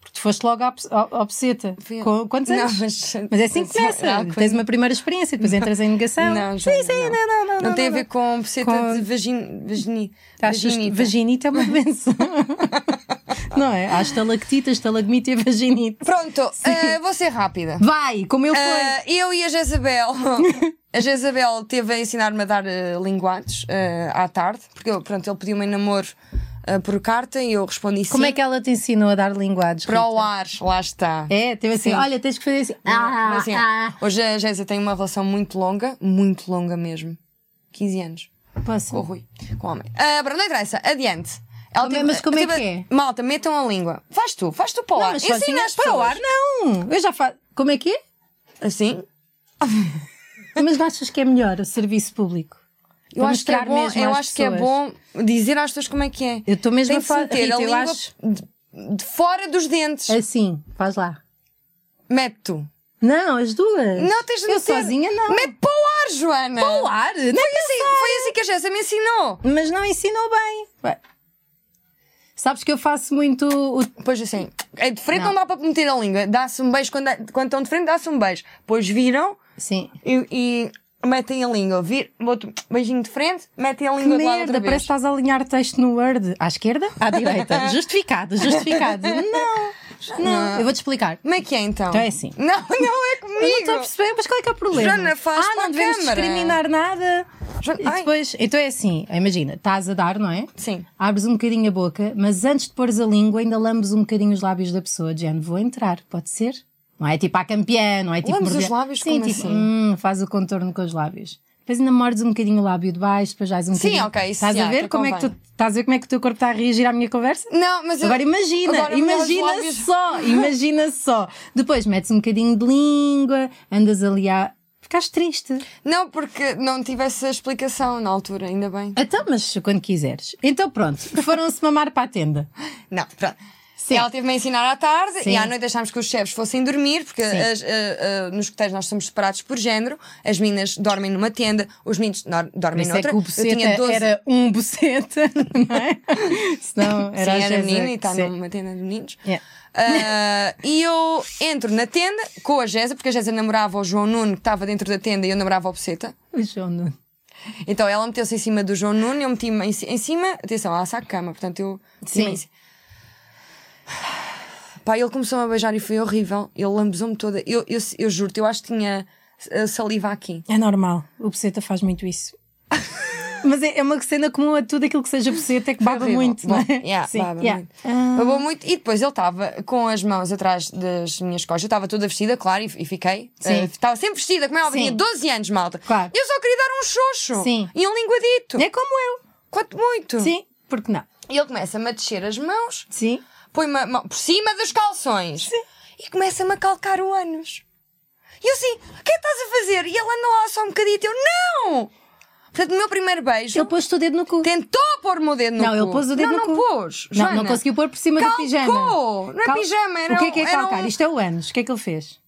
A: Porque tu foste logo à, Bus- ao- ao Buceta.
B: Fui-
A: Com, quantos
B: Não,
A: anos?
B: mas-
A: é assim que começa.
B: Ah, com-
A: Tens uma primeira experiência, depois entras em negação.
B: Não,
A: sim,
B: Joana,
A: sim,
B: não.
A: não, não, não.
B: Não tem a ver com buceta
A: Com- Tá,
B: de vagin... vagini...
A: Achas-
B: vaginita.
A: Vaginite é uma doença. não é? Há estalactite, estalagmite e a vaginite.
B: Pronto, ah, vou ser rápida.
A: Vai, como eu fui.
B: Ah, eu e a Jezabel. a Jezabel teve a ensinar-me a dar ah, linguados ah, à tarde, porque eu, pronto, ele pediu-me em namoro ah, por carta e eu respondi
A: Como
B: sim.
A: é que ela te ensinou a dar linguados?
B: Para o
A: Rita?
B: ar, lá está.
A: É, teve assim,
B: Sim.
A: olha, tens que fazer assim. Ah,
B: Mas, assim,
A: ah.
B: Hoje a Jéssica tem uma relação muito longa, muito longa mesmo. 15 anos.
A: Posso?
B: Com o Rui. Com o homem. Ah, Bruno, não interessa. Adiante. Ela
A: Como é- mas como é que é?
B: Malta, metam a língua. Faz tu, faz tu para o
A: Não,
B: ar.
A: Ah, mas
B: Ensina
A: sozinha-
B: as
A: para o
B: pessoas.
A: ar, não. Eu já faço. Como é que é?
B: Assim?
A: Mas não achas que é melhor o serviço público?
B: Eu
A: Para
B: acho, que é,
A: mostrar
B: bom,
A: mesmo
B: eu
A: às
B: acho que é
A: pessoas.
B: bom dizer às pessoas como é que é.
A: Eu estou mesmo
B: Tem
A: a
B: de
A: falar.
B: se meter
A: Rita,
B: a
A: eu
B: língua
A: acho.
B: de, de fora dos dentes.
A: Assim, faz lá.
B: Mete tu.
A: Não, as duas.
B: Não tens de
A: Eu
B: meter.
A: sozinha não.
B: Mete para o ar, Joana.
A: Para o ar, nem
B: Foi assim, foi assim que a Jéssica me ensinou.
A: pensei. Mas não ensinou bem. Vai. Sabes que eu faço muito. o-
B: Pois assim, é de frente
A: Não.
B: não, dá para meter a língua. Dá-se um beijo, quando, quando estão de frente, dá-se um beijo. Pois viram
A: Sim.
B: e, e metem a língua. Vir, outro beijinho de frente, metem a
A: Que
B: língua de lado
A: merda,
B: outra
A: parece que tá-
B: vez.
A: estás a alinhar texto no Word. À esquerda? À direita. justificado, justificado. Não, não. Eu vou-te explicar.
B: Como é que é então?
A: Então é assim.
B: Não, não é comigo.
A: Eu não estou a perceber, mas qual é que é o problema?
B: Joana, faz
A: ah,
B: para
A: não
B: a
A: devemos
B: câmara.
A: discriminar nada.
B: Joana,
A: E
B: ai.
A: depois, então é assim, imagina, estás a dar, não é?
B: Sim.
A: Abres um bocadinho a boca, mas antes de pôres a língua, ainda lambes um bocadinho os lábios da pessoa, de género, vou entrar, pode ser? Não é tipo à campeã, não é tipo.
B: Lambes os
A: mordida-
B: lábios?
A: Sim,
B: Como
A: tipo,
B: assim?
A: hum, faz o contorno com os lábios. Depois ainda mordes um bocadinho o lábio de baixo, depois vais um
B: Sim,
A: bocadinho.
B: ok, isso
A: Estás
B: já,
A: a ver
B: que
A: como é que tu,
B: convém.
A: estás a ver como é que o teu corpo está a reagir à minha conversa?
B: Não, mas eu-
A: Agora imagina,
B: Agora molhar os
A: imagina
B: lábios.
A: só, imagina só. Depois metes um bocadinho de língua, andas ali a. Ficaste triste.
B: Não, porque não tive essa explicação na altura, ainda bem.
A: Então, mas quando quiseres. Então pronto, foram-se mamar para a tenda.
B: Não, pronto.
A: Sim.
B: Ela teve-me a ensinar à tarde
A: Sim.
B: e à noite deixámos que os chefes fossem dormir, porque as, ah, ah, nos cotéis nós somos separados por género, as meninas dormem numa tenda, os meninos nor-
A: Por
B: dormem
A: isso é
B: noutra.
A: que o
B: Eu
A: buceta
B: tinha 12
A: era um buceta, não é? Senão era
B: Sim,
A: a
B: era
A: Jéssica
B: menina
A: que
B: e tá está
A: se-
B: numa tenda de meninos.
A: Yeah.
B: Ah, e eu entro na tenda com a Gésa, porque a Gésa namorava o João Nuno, que estava dentro da tenda, e eu namorava o Buceta.
A: O João Nuno.
B: Então ela meteu-se em cima do João Nuno, eu meti-me em, ci- em cima, atenção, ela saca cama, portanto eu. meti-me
A: Sim.
B: em ci- Pá, ele começou-me a beijar e foi horrível. Ele lambuzou-me toda. Eu, eu, eu juro-te, eu acho que tinha ah, saliva aqui.
A: É normal, o buceta faz muito isso. Mas é, é uma cena comum a tudo aquilo que seja buceta, é que
B: Foi
A: baba
B: horrível.
A: muito,
B: Bom,
A: não é?
B: yeah,
A: Sim,
B: baba
A: yeah. Ah.
B: muito. Babou muito. E depois ele estava com as mãos atrás das minhas costas. Eu estava toda vestida, claro, e, e fiquei.
A: Sim.
B: Eh, Estava sempre vestida, como é óbvio.
A: Sim.
B: Tinha 12 anos, malta.
A: Claro.
B: Eu só queria dar um xoxo.
A: Sim.
B: E um linguadito.
A: É como
B: Quanto muito.
A: eu. Sim, porque não?
B: E ele começa-me a descer as mãos,
A: Sim.
B: põe-me a mão por cima dos calções. Sim. E começa-me a calcar o ânus. E eu assim, o que é que estás a fazer? E ele anda lá só um bocadito. Eu, não! Portanto, no meu primeiro beijo,
A: Ele pôs-te o dedo no cu.
B: tentou pôr-me o dedo no
A: Não,
B: cu.
A: ele pôs o dedo
B: não,
A: no
B: não
A: cu.
B: pôs.
A: Não, não
B: Joana.
A: conseguiu pôr por cima do
B: Calcou!
A: pijama.
B: Não é pijama, era
A: O que é que é
B: um- era
A: calcar?
B: um-
A: Isto é o anos. O que é que ele fez?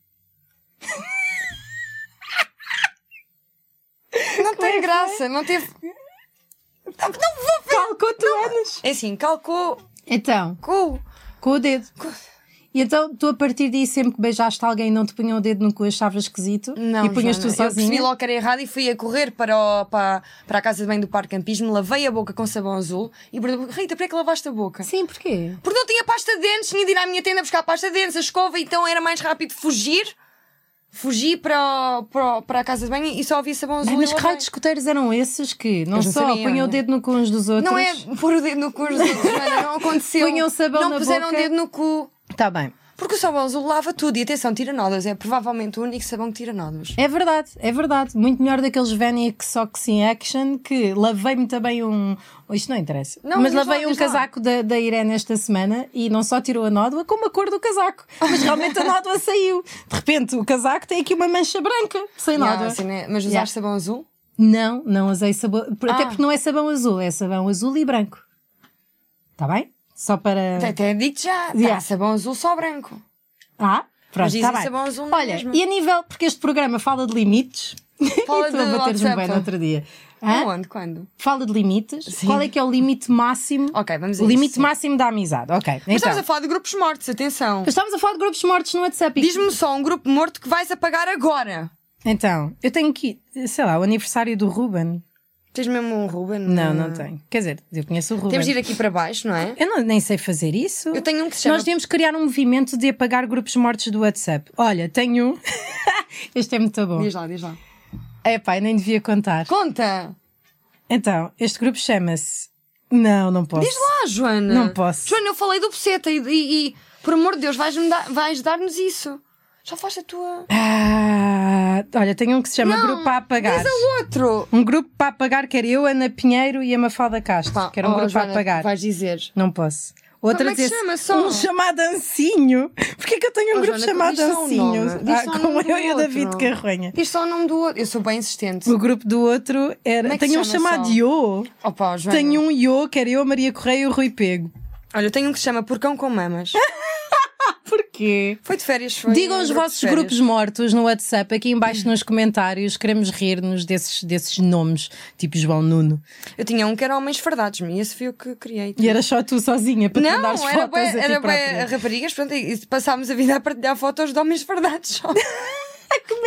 B: Não tem
A: é.
B: graça, não teve. Não vou ver.
A: Calcou-te o anos.
B: É assim, calcou
A: Então,
B: com.
A: com o dedo. E então tu a partir daí sempre que beijaste alguém não te punham o dedo no cu, achavas esquisito
B: Não,
A: e punhas
B: Joana,
A: tu
B: Eu percebi
A: sozinha.
B: logo que era errado e fui a correr para, o- para, para a casa de banho do Parque Campismo, lavei a boca com sabão azul e perguntou Rita, para que lavaste a boca?
A: Sim, porquê?
B: Porque não tinha pasta de dentes, tinha de ir à minha tenda buscar a pasta de dentes, a escova, então era mais rápido fugir. Fugi para, o- para, o- para a casa de banho e só havia sabão azul.
A: Ai,
B: e
A: mas que
B: lavei.
A: raio de escuteiros eram esses que não,
B: Eles não
A: só
B: sabiam,
A: punham o
B: não é?
A: dedo no cu uns dos outros?
B: Não é pôr o dedo no cu, dos outros, Joana, não aconteceu.
A: Punham sabão
B: não
A: na
B: puseram
A: boca.
B: o dedo no cu.
A: Tá bem.
B: Porque o sabão azul lava tudo e atenção, tira nódoas. É provavelmente o único sabão que tira nódoas.
A: É verdade, é verdade. Muito melhor daqueles Vanik Socks in Action que lavei-me também um. oh, Isto não interessa.
B: Não,
A: mas
B: diz lá,
A: lavei um
B: diz lá.
A: casaco da, da Irene esta semana e não só tirou a nódoa, como a cor do casaco. Mas realmente a nódoa saiu. De repente o casaco tem aqui uma mancha branca, sem
B: Não,
A: nódoa.
B: assim, né? Mas usaste
A: Yeah.
B: sabão azul?
A: Não, não usei sabão. Até
B: Ah.
A: porque não é sabão azul, é sabão azul e branco. Está bem? Só para.
B: Até, até digo já.
A: Yeah.
B: Tá, sabão azul só branco.
A: Ah, pronto,
B: Mas dizem
A: está bem.
B: sabão azul é na
A: Olha,
B: mesma.
A: e a nível, porque este programa fala de limites.
B: Fala
A: e tu
B: de
A: a bateres-me bem
B: WhatsApp. é.
A: no outro dia. Hã?
B: Aonde? Quando?
A: Fala de limites. Qual é que é o limite máximo?
B: Ok, vamos a
A: O limite
B: isso, sim.
A: máximo da amizade. Ok.
B: Mas
A: então,
B: estamos a falar de grupos mortos, atenção.
A: estamos a falar de grupos mortos no WhatsApp.
B: Diz-me só um grupo morto que vais apagar agora.
A: Então, eu tenho que, sei lá, o aniversário do Ruben.
B: Tens mesmo um Ruben?
A: Não, não tenho. Quer dizer, eu conheço o Ruben.
B: Temos de ir aqui para baixo, não é?
A: Eu não, nem sei fazer isso.
B: Eu tenho um que se chama-
A: Nós devíamos criar um movimento de apagar grupos mortos do WhatsApp. Olha, tenho um. este é muito bom.
B: lá, diz lá.
A: É pai, nem devia contar.
B: Conta!
A: Então, este grupo chama-se. Não, não posso.
B: Diz lá, Joana!
A: Não posso.
B: Joana, eu falei do Buceta e, e- e, por amor de Deus, vais-me dar- vais dar-nos isso. Já faz a tua.
A: Ah, olha, tem um que se chama
B: Não,
A: Grupo a Apagar.
B: Diz a outro!
A: Um grupo para apagar que era eu, Ana Pinheiro e a Mafalda Castro.
B: Pá,
A: que era um
B: oh,
A: grupo
B: Joana,
A: a apagar.
B: Vais dizer.
A: Não posso.
B: Como
A: Outra
B: é que
A: desse-
B: chama só?
A: Um chamado Ancinho. Porquê que eu tenho um
B: Oh,
A: grupo
B: Joana,
A: chamado
B: diz só um
A: Ancinho? Ah,
B: nome. Diz só o
A: como
B: nome do
A: eu e o David
B: outro.
A: Carronha.
B: Diz só o nome do outro. Eu sou bem insistente.
A: O grupo do outro
B: Como
A: era.
B: é que
A: Tem um
B: se chama
A: chamado
B: só?
A: Yo.
B: Opa, oh, Joana.
A: Tem um Yo, que era eu, Maria Correia e o Rui Pego.
B: Olha, eu tenho um que se chama Porcão com Mamas.
A: Porquê?
B: Foi de férias, foi.
A: Digam
B: um
A: os
B: grupo de
A: vossos
B: férias.
A: grupos mortos no WhatsApp aqui em baixo nos comentários. Queremos rir-nos desses, desses nomes, tipo João Nuno.
B: Eu tinha um que era Homens Fardados, e esse foi o que criei.
A: E era só tu sozinha para te mandares
B: Não, era
A: fotos
B: bem,
A: a ti
B: era
A: própria.
B: bem raparigas, pronto, e e passámos a vida a partilhar fotos de homens fardados só.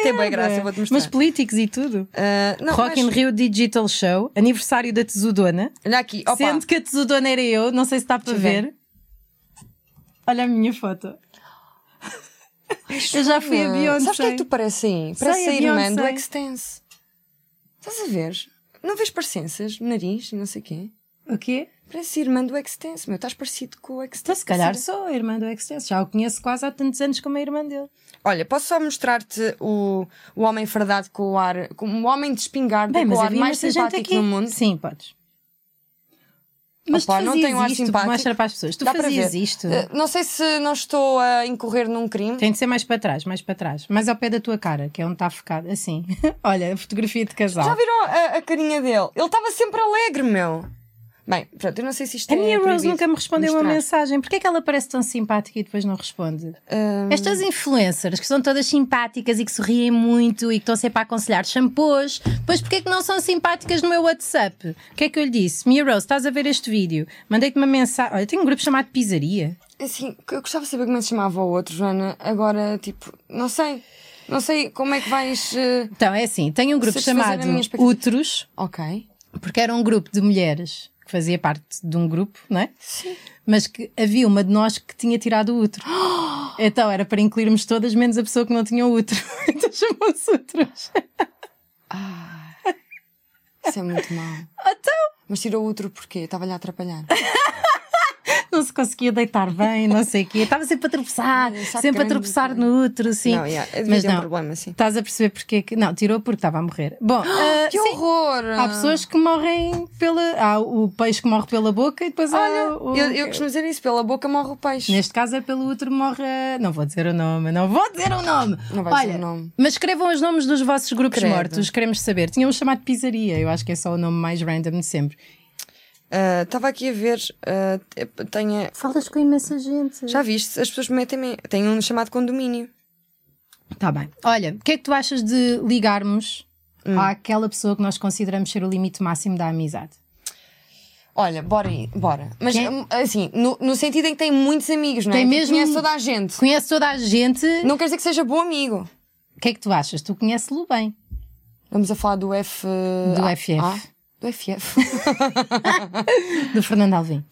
B: Tem bem graça, eu vou-te mostrar.
A: Mas políticos e tudo.
B: Ah, não,
A: Rock in
B: mas,
A: Rio Digital Show, aniversário da Tesudona.
B: olha aqui, opa.
A: Sendo que a Tesudona era eu, não sei se está para
B: Deixa eu ver.
A: ver. Olha a minha foto. Eu já fui a
B: Ah,
A: Beyoncé.
B: Sabes o que é que tu parece aí? Parece
A: Sei,
B: a
A: a
B: irmã
A: Beyoncé.
B: do Extense. Estás a ver? Não vês parecenças? Nariz e não sei o quê?
A: O quê?
B: Parece a irmã do Extense, meu. Estás parecido com o Extense.
A: Então, se calhar sou a irmã do Extense. Já o conheço quase há tantos anos como a irmã dele.
B: Olha, posso só mostrar-te o, o homem fardado com o ar, com o homem de espingarda
A: Bem,
B: com
A: mas
B: o ar
A: havia
B: mais
A: imensa gente
B: simpático
A: aqui.
B: do mundo.
A: Sim, podes. Mas
B: Opa,
A: tu
B: não
A: fazias
B: tenho um ar
A: isto,
B: simpático.
A: mostra para as pessoas. Tu
B: Dá para
A: fazias
B: ver.
A: isto.
B: Eh, não sei se não estou a incorrer num crime.
A: Tem de ser mais para trás, mais para trás. Mais ao pé da tua cara, que é onde está focado. Assim. Olha, a fotografia de casal.
B: Já viram a, a carinha dele? Ele estava sempre alegre, meu. Bem, pronto, eu não sei se isto
A: A
B: é
A: minha Rose
B: proibido
A: nunca me respondeu uma
B: mostrar.
A: mensagem. Porquê é que ela parece tão simpática e depois não responde?
B: Ah,
A: Estas influencers que são todas simpáticas e que sorriem muito e que estão sempre a aconselhar shampoos, depois porquê é que não são simpáticas no meu WhatsApp? O que é que eu lhe disse? Mia Rose, estás a ver este vídeo? Mandei-te uma mensagem. Olha, tem um grupo chamado Pizzaria.
B: assim, eu gostava de saber como é que se chamava o outro, Joana. Agora, tipo, não sei. Não sei como é que vais. eh,
A: Então, é assim, tem um grupo
B: Satisfazer a
A: chamado
B: minha expectativa.
A: Utros,
B: Ok.
A: porque era um grupo de mulheres que fazia parte de um grupo, não é?
B: Sim.
A: Mas que havia uma de nós que tinha tirado o útero. Então era para incluirmos todas, menos a pessoa que não tinha o útero. Então chamou-se úteros.
B: Isso é muito mau.
A: Então
B: Mas tirou outro porquê? Estava-lhe a atrapalhar.
A: não se conseguia deitar bem, não sei o quê. Estava sempre a tropeçar,
B: Olha, saco
A: sempre a
B: grande,
A: tropeçar
B: não é?
A: no útero, sim.
B: Não, yeah, devia
A: Mas
B: ter um
A: não,
B: problema, sim.
A: estás a perceber porque é que. Não, tirou porque estava a morrer. Bom, ah,
B: que
A: sim.
B: horror!
A: Há pessoas que morrem pela. Há o peixe que morre pela boca e depois há. O...
B: Eu, eu costumo dizer isso, pela boca morre o peixe.
A: Neste caso é pelo útero morre. a- Não vou dizer o nome, não vou dizer o nome.
B: Não vais
A: Olha,
B: dizer o nome.
A: Mas escrevam os nomes dos vossos grupos
B: Credo.
A: mortos, queremos saber. Tinha um chamado Pizzaria, eu acho que é só o nome mais random de sempre.
B: Ah, Estava aqui a ver, ah, te- tenho,
A: Falas com imensa gente.
B: já viste, as pessoas metem-me. Tem um chamado condomínio.
A: Tá bem. Olha, o que é que tu achas de
B: Hum.
A: ligarmos àquela pessoa que nós consideramos ser o limite máximo da amizade?
B: Olha, bora aí, bora. Mas
A: Quem?
B: hum, assim, no, no sentido em que tem muitos amigos, não é?
A: Tem
B: Tipo,
A: mesmo- um
B: Conhece toda a gente.
A: Conhece toda a gente.
B: Não quer dizer que seja bom amigo.
A: O que é que tu achas? Tu conheces-lo bem.
B: Vamos a falar do F.
A: Do
B: A-
A: FF.
B: A? do FF.
A: Do Fernando Alvim.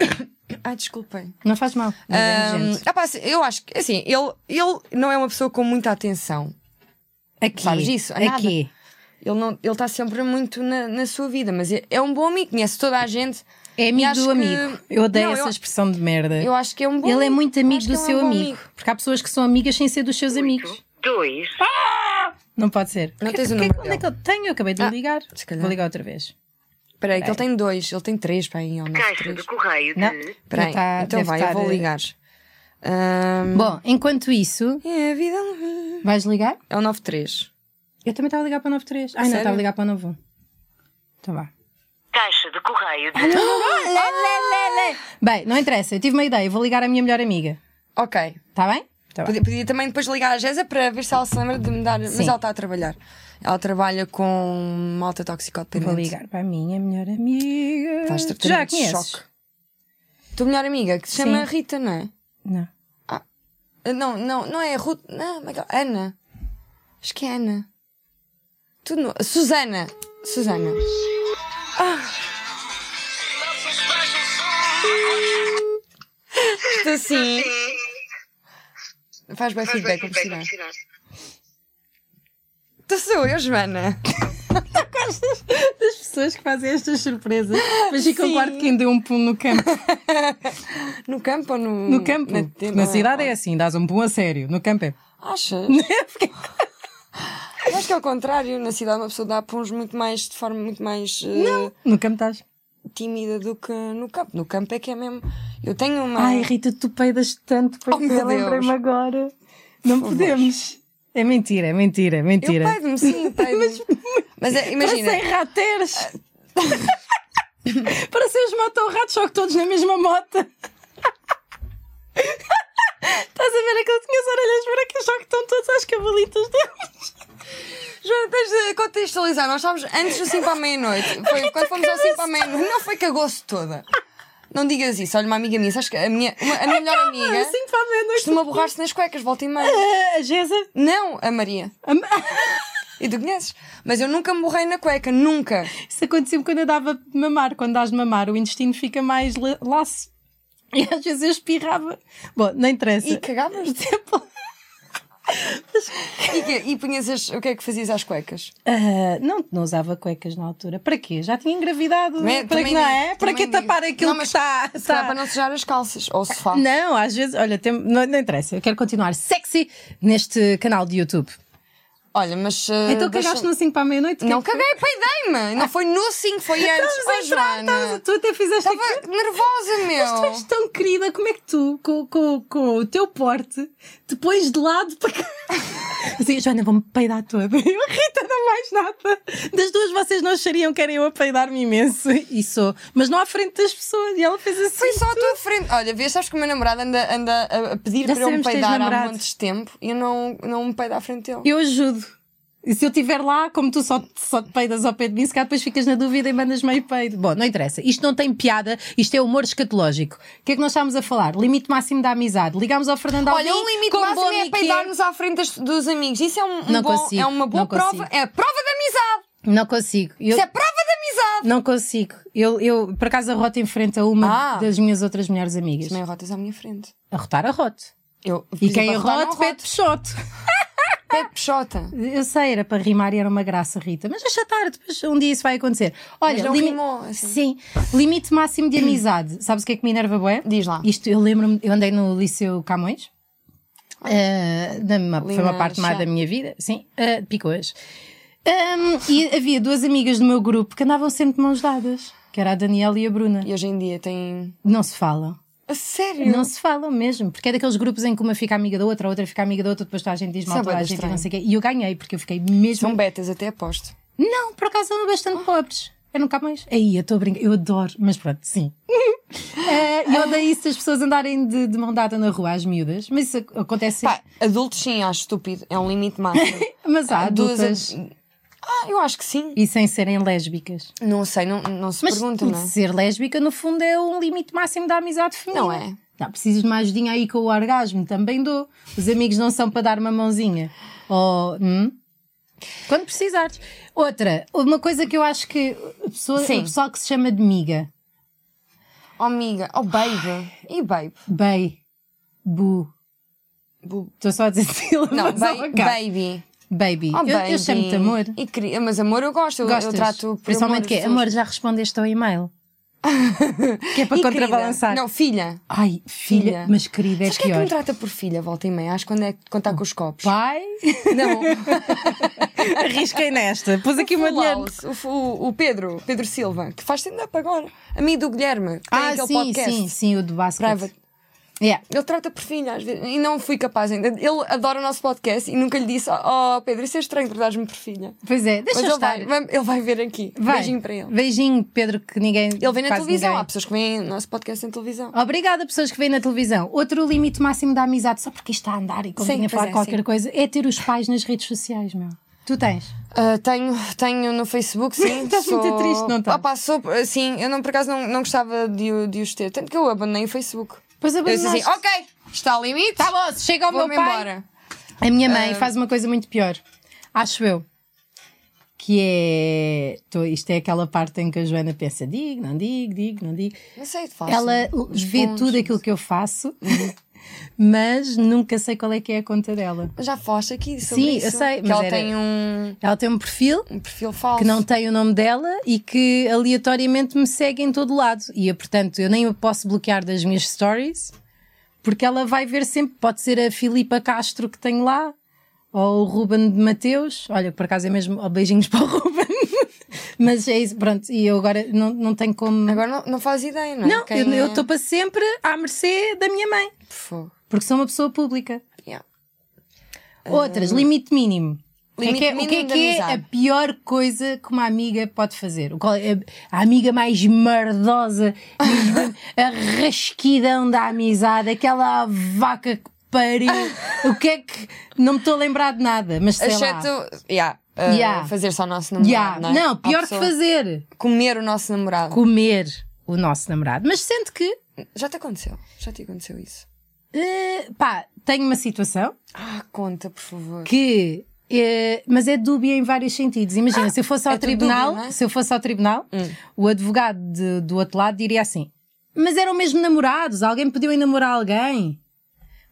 B: Ai, desculpem.
A: Não faz mal. Mas é
B: Hum,
A: nojento.
B: ah pá, assim, eu acho que, assim, ele, ele não é uma pessoa com muita atenção.
A: Aqui.
B: sabes disso? A nada.
A: Aqui.
B: Ele não ele está sempre muito na, na sua vida, mas é, é um bom amigo, conhece toda a gente.
A: É
B: E
A: amigo
B: acho
A: do
B: que-
A: amigo. Eu odeio
B: Não, eu-
A: essa expressão de merda.
B: Eu acho que é um bom
A: Ele é muito amigo
B: Acho
A: do
B: que ele é
A: seu
B: um bom
A: amigo. Porque há pessoas que são amigas sem ser dos seus amigos.
D: Dois.
A: Não pode ser.
B: Não
A: Que-
B: tens o
A: que-
B: número
A: Onde é que eu tenho? Eu acabei de
B: Ah,
A: ligar.
B: se calhar.
A: Vou ligar outra vez.
B: Espera aí, que ele tem dois, ele tem três, pá, aí, ou não,
D: Caixa de
B: três.
D: correio
A: Não.
D: de.
B: Espera
A: Já tá-
B: aí, então
A: deve
B: vai,
A: estar,
B: eu vou
A: eh,
B: ligar. Hum,
A: Bom, enquanto isso,
B: é a vida. é um-
A: vais ligar?
B: É o 93.
A: Eu também estava a ligar para o 93. Ai, não,
B: Sério?
A: estava a ligar para o 91. Então vá.
D: Caixa de correio de.
A: Bem, não interessa, eu tive uma ideia. Eu Vou ligar à minha melhor amiga.
B: Ok.
A: Está bem? Está bem.
B: Podia, podia também depois ligar à Gésia para ver se ela se lembra de me dar. Mas
A: Sim.
B: ela está a trabalhar. Ela trabalha com malta toxicodependente.
A: Vou ligar para a minha melhor amiga.
B: Estás de
A: Já
B: tratamento de
A: conheces?
B: choque. Tua melhor amiga, que se chama
A: Sim.
B: Rita, não é?
A: Não.
B: Ah, Não, não, não é Ruth. Não, como é que ela- Ana. Acho que é Ana. Tu não... Susana. Susana. Ah. Isto assim. Faz bem feedback, como se não. Tu sou eu, Joana.
A: Das pessoas que fazem estas surpresas, mas ficam
B: Sim.
A: claro de quem deu um pulo no campo.
B: No campo ou no.
A: No campo.
B: Na,
A: Hum, Na,
B: tenda, não
A: cidade é assim, dás um pulo a sério. No campo é.
B: Achas? Eu acho que é o contrário. Na cidade uma pessoa dá puns muito mais. de forma muito mais. eh,
A: No campo estás.
B: tímida do que no campo. No campo é que é mesmo. Eu tenho uma.
A: Ai, Rita, tu peidas tanto para
B: Ah, é. Oh, meu
A: eu
B: Deus.
A: lembrei-me agora. Não
B: favor.
A: podemos. É mentira, é mentira, é
B: eu
A: mentira.
B: peido-me, sim, peido mas, mas é, imagina,
A: Parecem rateres. Parecem os motorratos, só que todos na mesma moto. Estás a ver aquele que tinha as orelhas brancas, só que estão todas às cavalitas deles.
B: Joana, tens de contextualizar. Nós estávamos antes do 5 à meia-noite. Foi quando fomos ao 5 à meia-noite. Não foi cagou-se toda. Não digas isso. Olha, uma amiga minha, sabes que a minha, uma- a minha melhor amiga
A: Assim para a meia-noite.
B: é. costuma borrar-se nas cuecas, volta e meia.
A: Ah, A Geza.
B: Não, a Maria. E tu conheces? Mas eu nunca me borrei na cueca, nunca.
A: Isso aconteceu quando eu dava de mamar. Quando dás de mamar, o intestino fica mais la- laço. E às vezes eu espirrava. Bom, não interessa. Tipo,
B: E cagavas?
A: Exemplo.
B: E, que- e punhas as, o que é que fazias às cuecas?
A: Ah, não, não usava cuecas na altura. Para quê? Já tinha engravidado.
B: Também-
A: para que
B: também
A: não
B: digo,
A: é? Para
B: também
A: que
B: digo.
A: tapar aquilo que
B: Não, mas
A: está.
B: Se calhar
A: está-
B: para não sujar as calças ou o sofá.
A: Tá. Não, às vezes, olha, tem- não, não interessa. Eu quero continuar sexy neste canal de YouTube.
B: Olha, mas. uh,
A: então
B: deixa-
A: cagaste no 5 para a meia-noite?
B: Não
A: que é que
B: caguei, peidei-me! Não foi no 5, foi
A: Estavas
B: antes.
A: Então, a
B: Oh,
A: entrar, estavas a-
B: Joana!
A: tu até fizeste aquilo.
B: Estava nervosa,
A: Tu és
B: meu!
A: tão querida, como é que tu, com, com, com o teu porte, te pões de lado para cá? Assim, Joana, vou-me peidar toda. Eu, Rita, não mais nada. Das duas, vocês não achariam que era eu a peidar-me imenso. E sou. Mas não à frente das pessoas. E ela fez assim.
B: Foi só à tua frente. Olha, vês, sabes que o meu namorado anda, anda a- a pedir
A: Já
B: para eu me
A: sabemos que tens
B: peidar há
A: namorado.
B: montes de tempo e eu não, não me peido à frente dele.
A: Eu ajudo. E se eu estiver lá, como tu só, só te peidas ao pé de mim, se calhar depois ficas na dúvida e mandas meio peido. Bom, não interessa. Isto não tem piada, isto é humor escatológico. O que é que nós estávos a falar? Limite máximo da amizade. Ligámos ao Fernando
B: Olha,
A: Alvim,
B: o limite
A: como bom
B: máximo é
A: amigo que
B: peidarmos à frente das- dos amigos. Isso é, um, um
A: Não
B: bom-
A: consigo,
B: é uma boa
A: não
B: prova.
A: consigo.
B: É a prova da amizade!
A: Não consigo. Eu-
B: Isso é prova da amizade!
A: Não consigo. Eu, eu, por acaso, arroto em frente a uma
B: Ah.
A: das minhas outras melhores amigas.
B: Também rotas à minha frente.
A: Arrotar, arroto.
B: Eu, por
A: E
B: exemplo,
A: quem
B: a rotar,
A: arrote,
B: não
A: pede
B: roto.
A: peixoto.
B: Pede peixota.
A: Eu sei, era para rimar e era uma graça, Rita. Mas deixa estar, depois um dia isso vai acontecer. Olha,
B: Mas não
A: limi-
B: rimou, assim.
A: Sim. Limite máximo de amizade. Sabes o que é que me enerva, bué?
B: Diz lá.
A: Isto, eu lembro-me, eu andei no Liceu Camões. eh, da minha- foi uma
B: Linda
A: parte má
B: chá.
A: da minha vida, sim, eh, picôs. Ahm, e havia duas amigas do meu grupo que andavam sempre de mãos dadas, que era a Daniela e a Bruna.
B: E hoje em dia tem.
A: Não se falam.
B: A sério?
A: Não se falam mesmo, porque é daqueles grupos em que uma fica amiga da outra, a outra fica amiga da outra, depois toda a gente diz mal,
B: Isso é
A: toda a
B: bué
A: gente e
B: estranho.
A: não sei o quê. E eu ganhei, porque eu fiquei mesmo.
B: São Oh. betas, até aposto.
A: Não, por acaso eram bastante pobres. Eram cá mais. Aí, eu estou a brincar, eu adoro, mas pronto, sim. Eh, eu odeio isso das pessoas andarem de, de mão dada na rua às miúdas, mas isso ac- acontece.
B: Pá, adultos sim, acho estúpido. É um limite máximo.
A: mas há
B: Duas
A: adultas.
B: ad- Ah, eu acho que sim.
A: E sem serem lésbicas.
B: Não sei, não, não se
A: Mas
B: pergunta,
A: de
B: não é?
A: ser lésbica, no fundo, é um limite máximo da amizade feminina.
B: Não é?
A: Não, precisas de uma ajudinha aí com o orgasmo, também dou. Os amigos não são para dar uma mãozinha. Ou. hum? Quando precisares. Outra, uma coisa que eu acho que a pessoa, o
B: Sim.
A: pessoal que se chama de miga.
B: Oh, amiga. Oh, baby. E babe?
A: Bei. Bu.
B: Bu-
A: Estou só a dizer sílabas.
B: Não,
A: ao
B: ba-
A: acaso.
B: baby.
A: Baby.
B: Oh,
A: eu
B: baby.
A: eu chamo-te amor.
B: E queri- Mas amor eu gosto. eu-
A: Gostas?
B: Eu trato por
A: Principalmente que é,
B: amor.
A: amor, já respondeste ao e-mail. que é para
B: E querida.
A: contrabalançar.
B: Não, filha.
A: Ai, filha,
B: Filha.
A: mas querida, é
B: Sabes quem é que
A: pior.
B: me trata por filha, volta e meia? Acho que quando é quando está com os copos.
A: Pai,
B: Não,
A: arrisquei nesta. Pus aqui uma
B: o,
A: mulher.
B: Laus, o, o- o Pedro, Pedro Silva, que faz stand-up agora. Amigo do Guilherme, que tem
A: Ah,
B: aquele
A: sim,
B: podcast.
A: sim, sim, o do basket.
B: Private.
A: Yeah.
B: Ele trata por filha às vezes. E não fui capaz ainda. Ele adora o nosso podcast e nunca lhe disse: Oh, Pedro, isso é estranho, tratares-me por filha.
A: Pois é, deixa
B: Mas
A: eu
B: ele
A: estar.
B: vai, vai- ele vai ver aqui.
A: Vai.
B: Beijinho para ele.
A: Beijinho, Pedro, que ninguém.
B: Ele vem na
A: quase
B: televisão.
A: ninguém-
B: Há pessoas que veem o nosso podcast em televisão.
A: Obrigada, pessoas que vêm na televisão. Outro limite máximo da amizade, só porque isto está a andar e
B: Sim,
A: convinha
B: pois
A: falar
B: é,
A: qualquer
B: sim.
A: coisa, é ter os pais nas redes sociais, meu. Tu tens?
B: Ah, tenho, tenho no Facebook, sim.
A: Estás muito triste, não estás?
B: Ah, pá, sou, sim, eu não, por acaso não, não gostava de, o- de os ter. Tanto que eu abandonei o Facebook.
A: Pois
B: Eu disse assim:
A: abandonaste.
B: Ok, está ao Ah. limite.
A: Tá bom, se chega ao meu
B: Vou-me
A: pai.
B: embora.
A: A minha mãe faz uma coisa muito pior, acho eu. Que é. tô- isto é aquela parte em que a Joana pensa: digo, não digo, digo, não digo.
B: Não sei, faço.
A: Ela
B: uns
A: vê
B: pontos. Uhum.
A: tudo aquilo que eu faço, mas nunca sei qual é que é a conta dela.
B: Já falaste aqui sobre
A: Sim,
B: isso.
A: eu sei,
B: Que
A: mas
B: ela
A: era-
B: tem um,
A: Ela tem um perfil
B: um perfil falso.
A: que não tem o nome dela e que aleatoriamente me segue em todo lado. E eu, portanto, eu nem a posso bloquear das minhas stories, porque ela vai ver sempre. Pode ser a Filipa Castro que tenho lá, ou o Ruben de Mateus. Olha, por acaso é mesmo. ó, beijinhos para o Ruben. Mas é isso, pronto. E eu agora não, não tenho como.
B: Agora não, não faz ideia, não é?
A: Não,
B: Quem
A: eu- eu
B: é?
A: estou para sempre à mercê da minha mãe,
B: Por fogo.
A: porque sou uma pessoa pública.
B: Yeah.
A: Outras, limite mínimo. O que é
B: Limite
A: que é- o que é, que
B: mínimo de
A: é a
B: amizade.
A: pior coisa que uma amiga pode fazer? O qual é a, a amiga mais merdosa, mesmo a rasquidão da amizade, aquela vaca que pariu. O que é que. Não me estou a lembrar de nada, mas sei lá.
B: Exceto. Yeah, uh,
A: Yeah.
B: Fazer só o nosso namorado.
A: Yeah.
B: Não,
A: Não,
B: é? Há
A: pior que
B: pessoa-
A: fazer.
B: Comer o nosso namorado.
A: Comer o nosso namorado. Mas sente que.
B: Já te aconteceu? Já te aconteceu isso?
A: eh, pá, tenho uma situação
B: Ah, conta, por favor.
A: que. eh, mas é dúbia em vários sentidos. Imagina, se eu fosse ao
B: é tudo
A: tribunal,
B: dúbia, não é? Hum.
A: se eu fosse ao tribunal, o advogado de- do outro lado diria assim: mas eram mesmo namorados, alguém pediu em namorar alguém.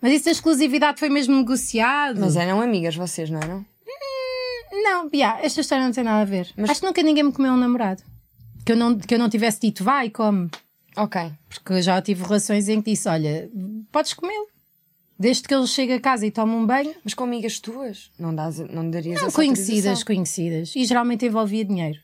A: Mas isso da exclusividade foi mesmo negociado.
B: Mas é- eram amigas vocês, não eram?
A: Não, Pia, esta história não tem nada a ver.
B: Mas-
A: Acho que nunca ninguém me comeu um namorado. Que eu não, que eu não tivesse dito, vai, come.
B: Ok.
A: Porque eu já tive relações em que disse: olha, podes comê-lo. Desde que ele chega a casa e toma um banho,
B: Mas com amigas tuas? Não, dás, não darias
A: não,
B: essa
A: conhecidas,
B: autorização?
A: conhecidas. E geralmente envolvia dinheiro.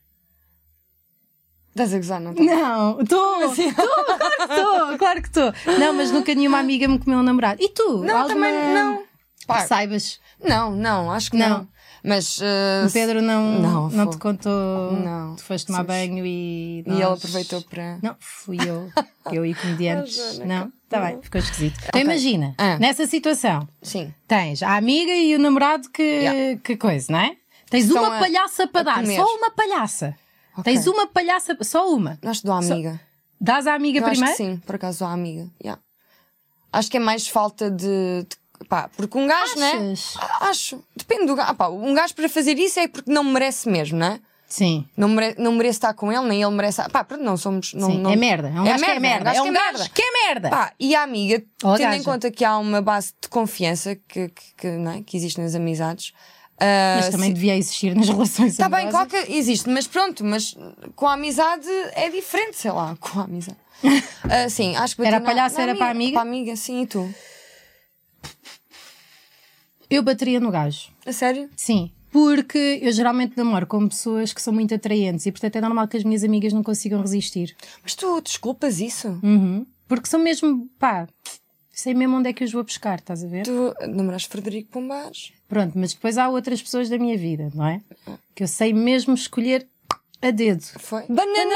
B: Estás a gozar, não estás?
A: Não, estou,
B: assim?
A: estou, claro que estou. Não, mas nunca nenhuma amiga me comeu um namorado. E tu?
B: Não,
A: Alguma-
B: também não. Pá,
A: Que saibas,
B: não, não, acho que
A: Não.
B: não. Mas. eh,
A: o Pedro não, não,
B: Não,
A: te
B: fogo.
A: contou.
B: Não.
A: Tu foste tomar
B: Sabes?
A: banho e.
B: E ele
A: nós-
B: aproveitou para.
A: Não, fui eu. Eu e
B: Ah,
A: comediantes.
B: Joana,
A: não, está bem, ficou esquisito. Então imagina,
B: Ah.
A: nessa situação,
B: Sim.
A: tens a amiga e o namorado que,
B: Yeah.
A: que coisa, não é? Tens
B: Estão
A: uma
B: a-
A: palhaça para
B: a
A: dar,
B: comer.
A: só uma palhaça.
B: Ok.
A: Tens uma palhaça, só uma.
B: Não acho que dou à amiga.
A: Dás à amiga
B: Eu acho
A: primeiro?
B: que sim, por acaso dou à amiga. Yeah. Acho que é mais falta de. de- pá, porque um gajo, né?
A: Achas?
B: Ah, Acho. Depende do gajo. pá, um gajo para fazer isso é porque não merece mesmo, né?
A: Sim.
B: Não, mere... não merece estar com ele, nem ele merece. Pá, pronto, não somos. Não,
A: Sim,
B: não...
A: é merda. É um gajo que é merda.
B: gajo
A: É um gajo que é merda.
B: Pá, e a amiga,
A: Ou a
B: tendo em
A: gaja.
B: conta que há uma base de confiança que, que, que, não é? que existe nas amizades. ah,
A: Mas também devia existir nas relações
B: Está bem,
A: amorosas.
B: claro que existe, mas pronto, mas com a amizade é diferente, sei lá, com a amizade. Ah, sim, acho que bati
A: Era
B: na-
A: palhaço,
B: na
A: era para a amiga?
B: Para amiga, sim, e tu?
A: Eu bateria no gajo.
B: A sério?
A: Sim. Porque eu geralmente namoro com pessoas que são muito atraentes e, portanto, é normal que as minhas amigas não consigam resistir.
B: Mas tu desculpas isso?
A: Uhum. Porque são mesmo, pá, sei mesmo onde é que os vou buscar, estás a ver?
B: Tu namoraste Frederico Pombares?
A: Pronto, mas depois há outras pessoas da minha vida, não é? Que eu sei mesmo escolher a dedo.
B: Foi? Banana!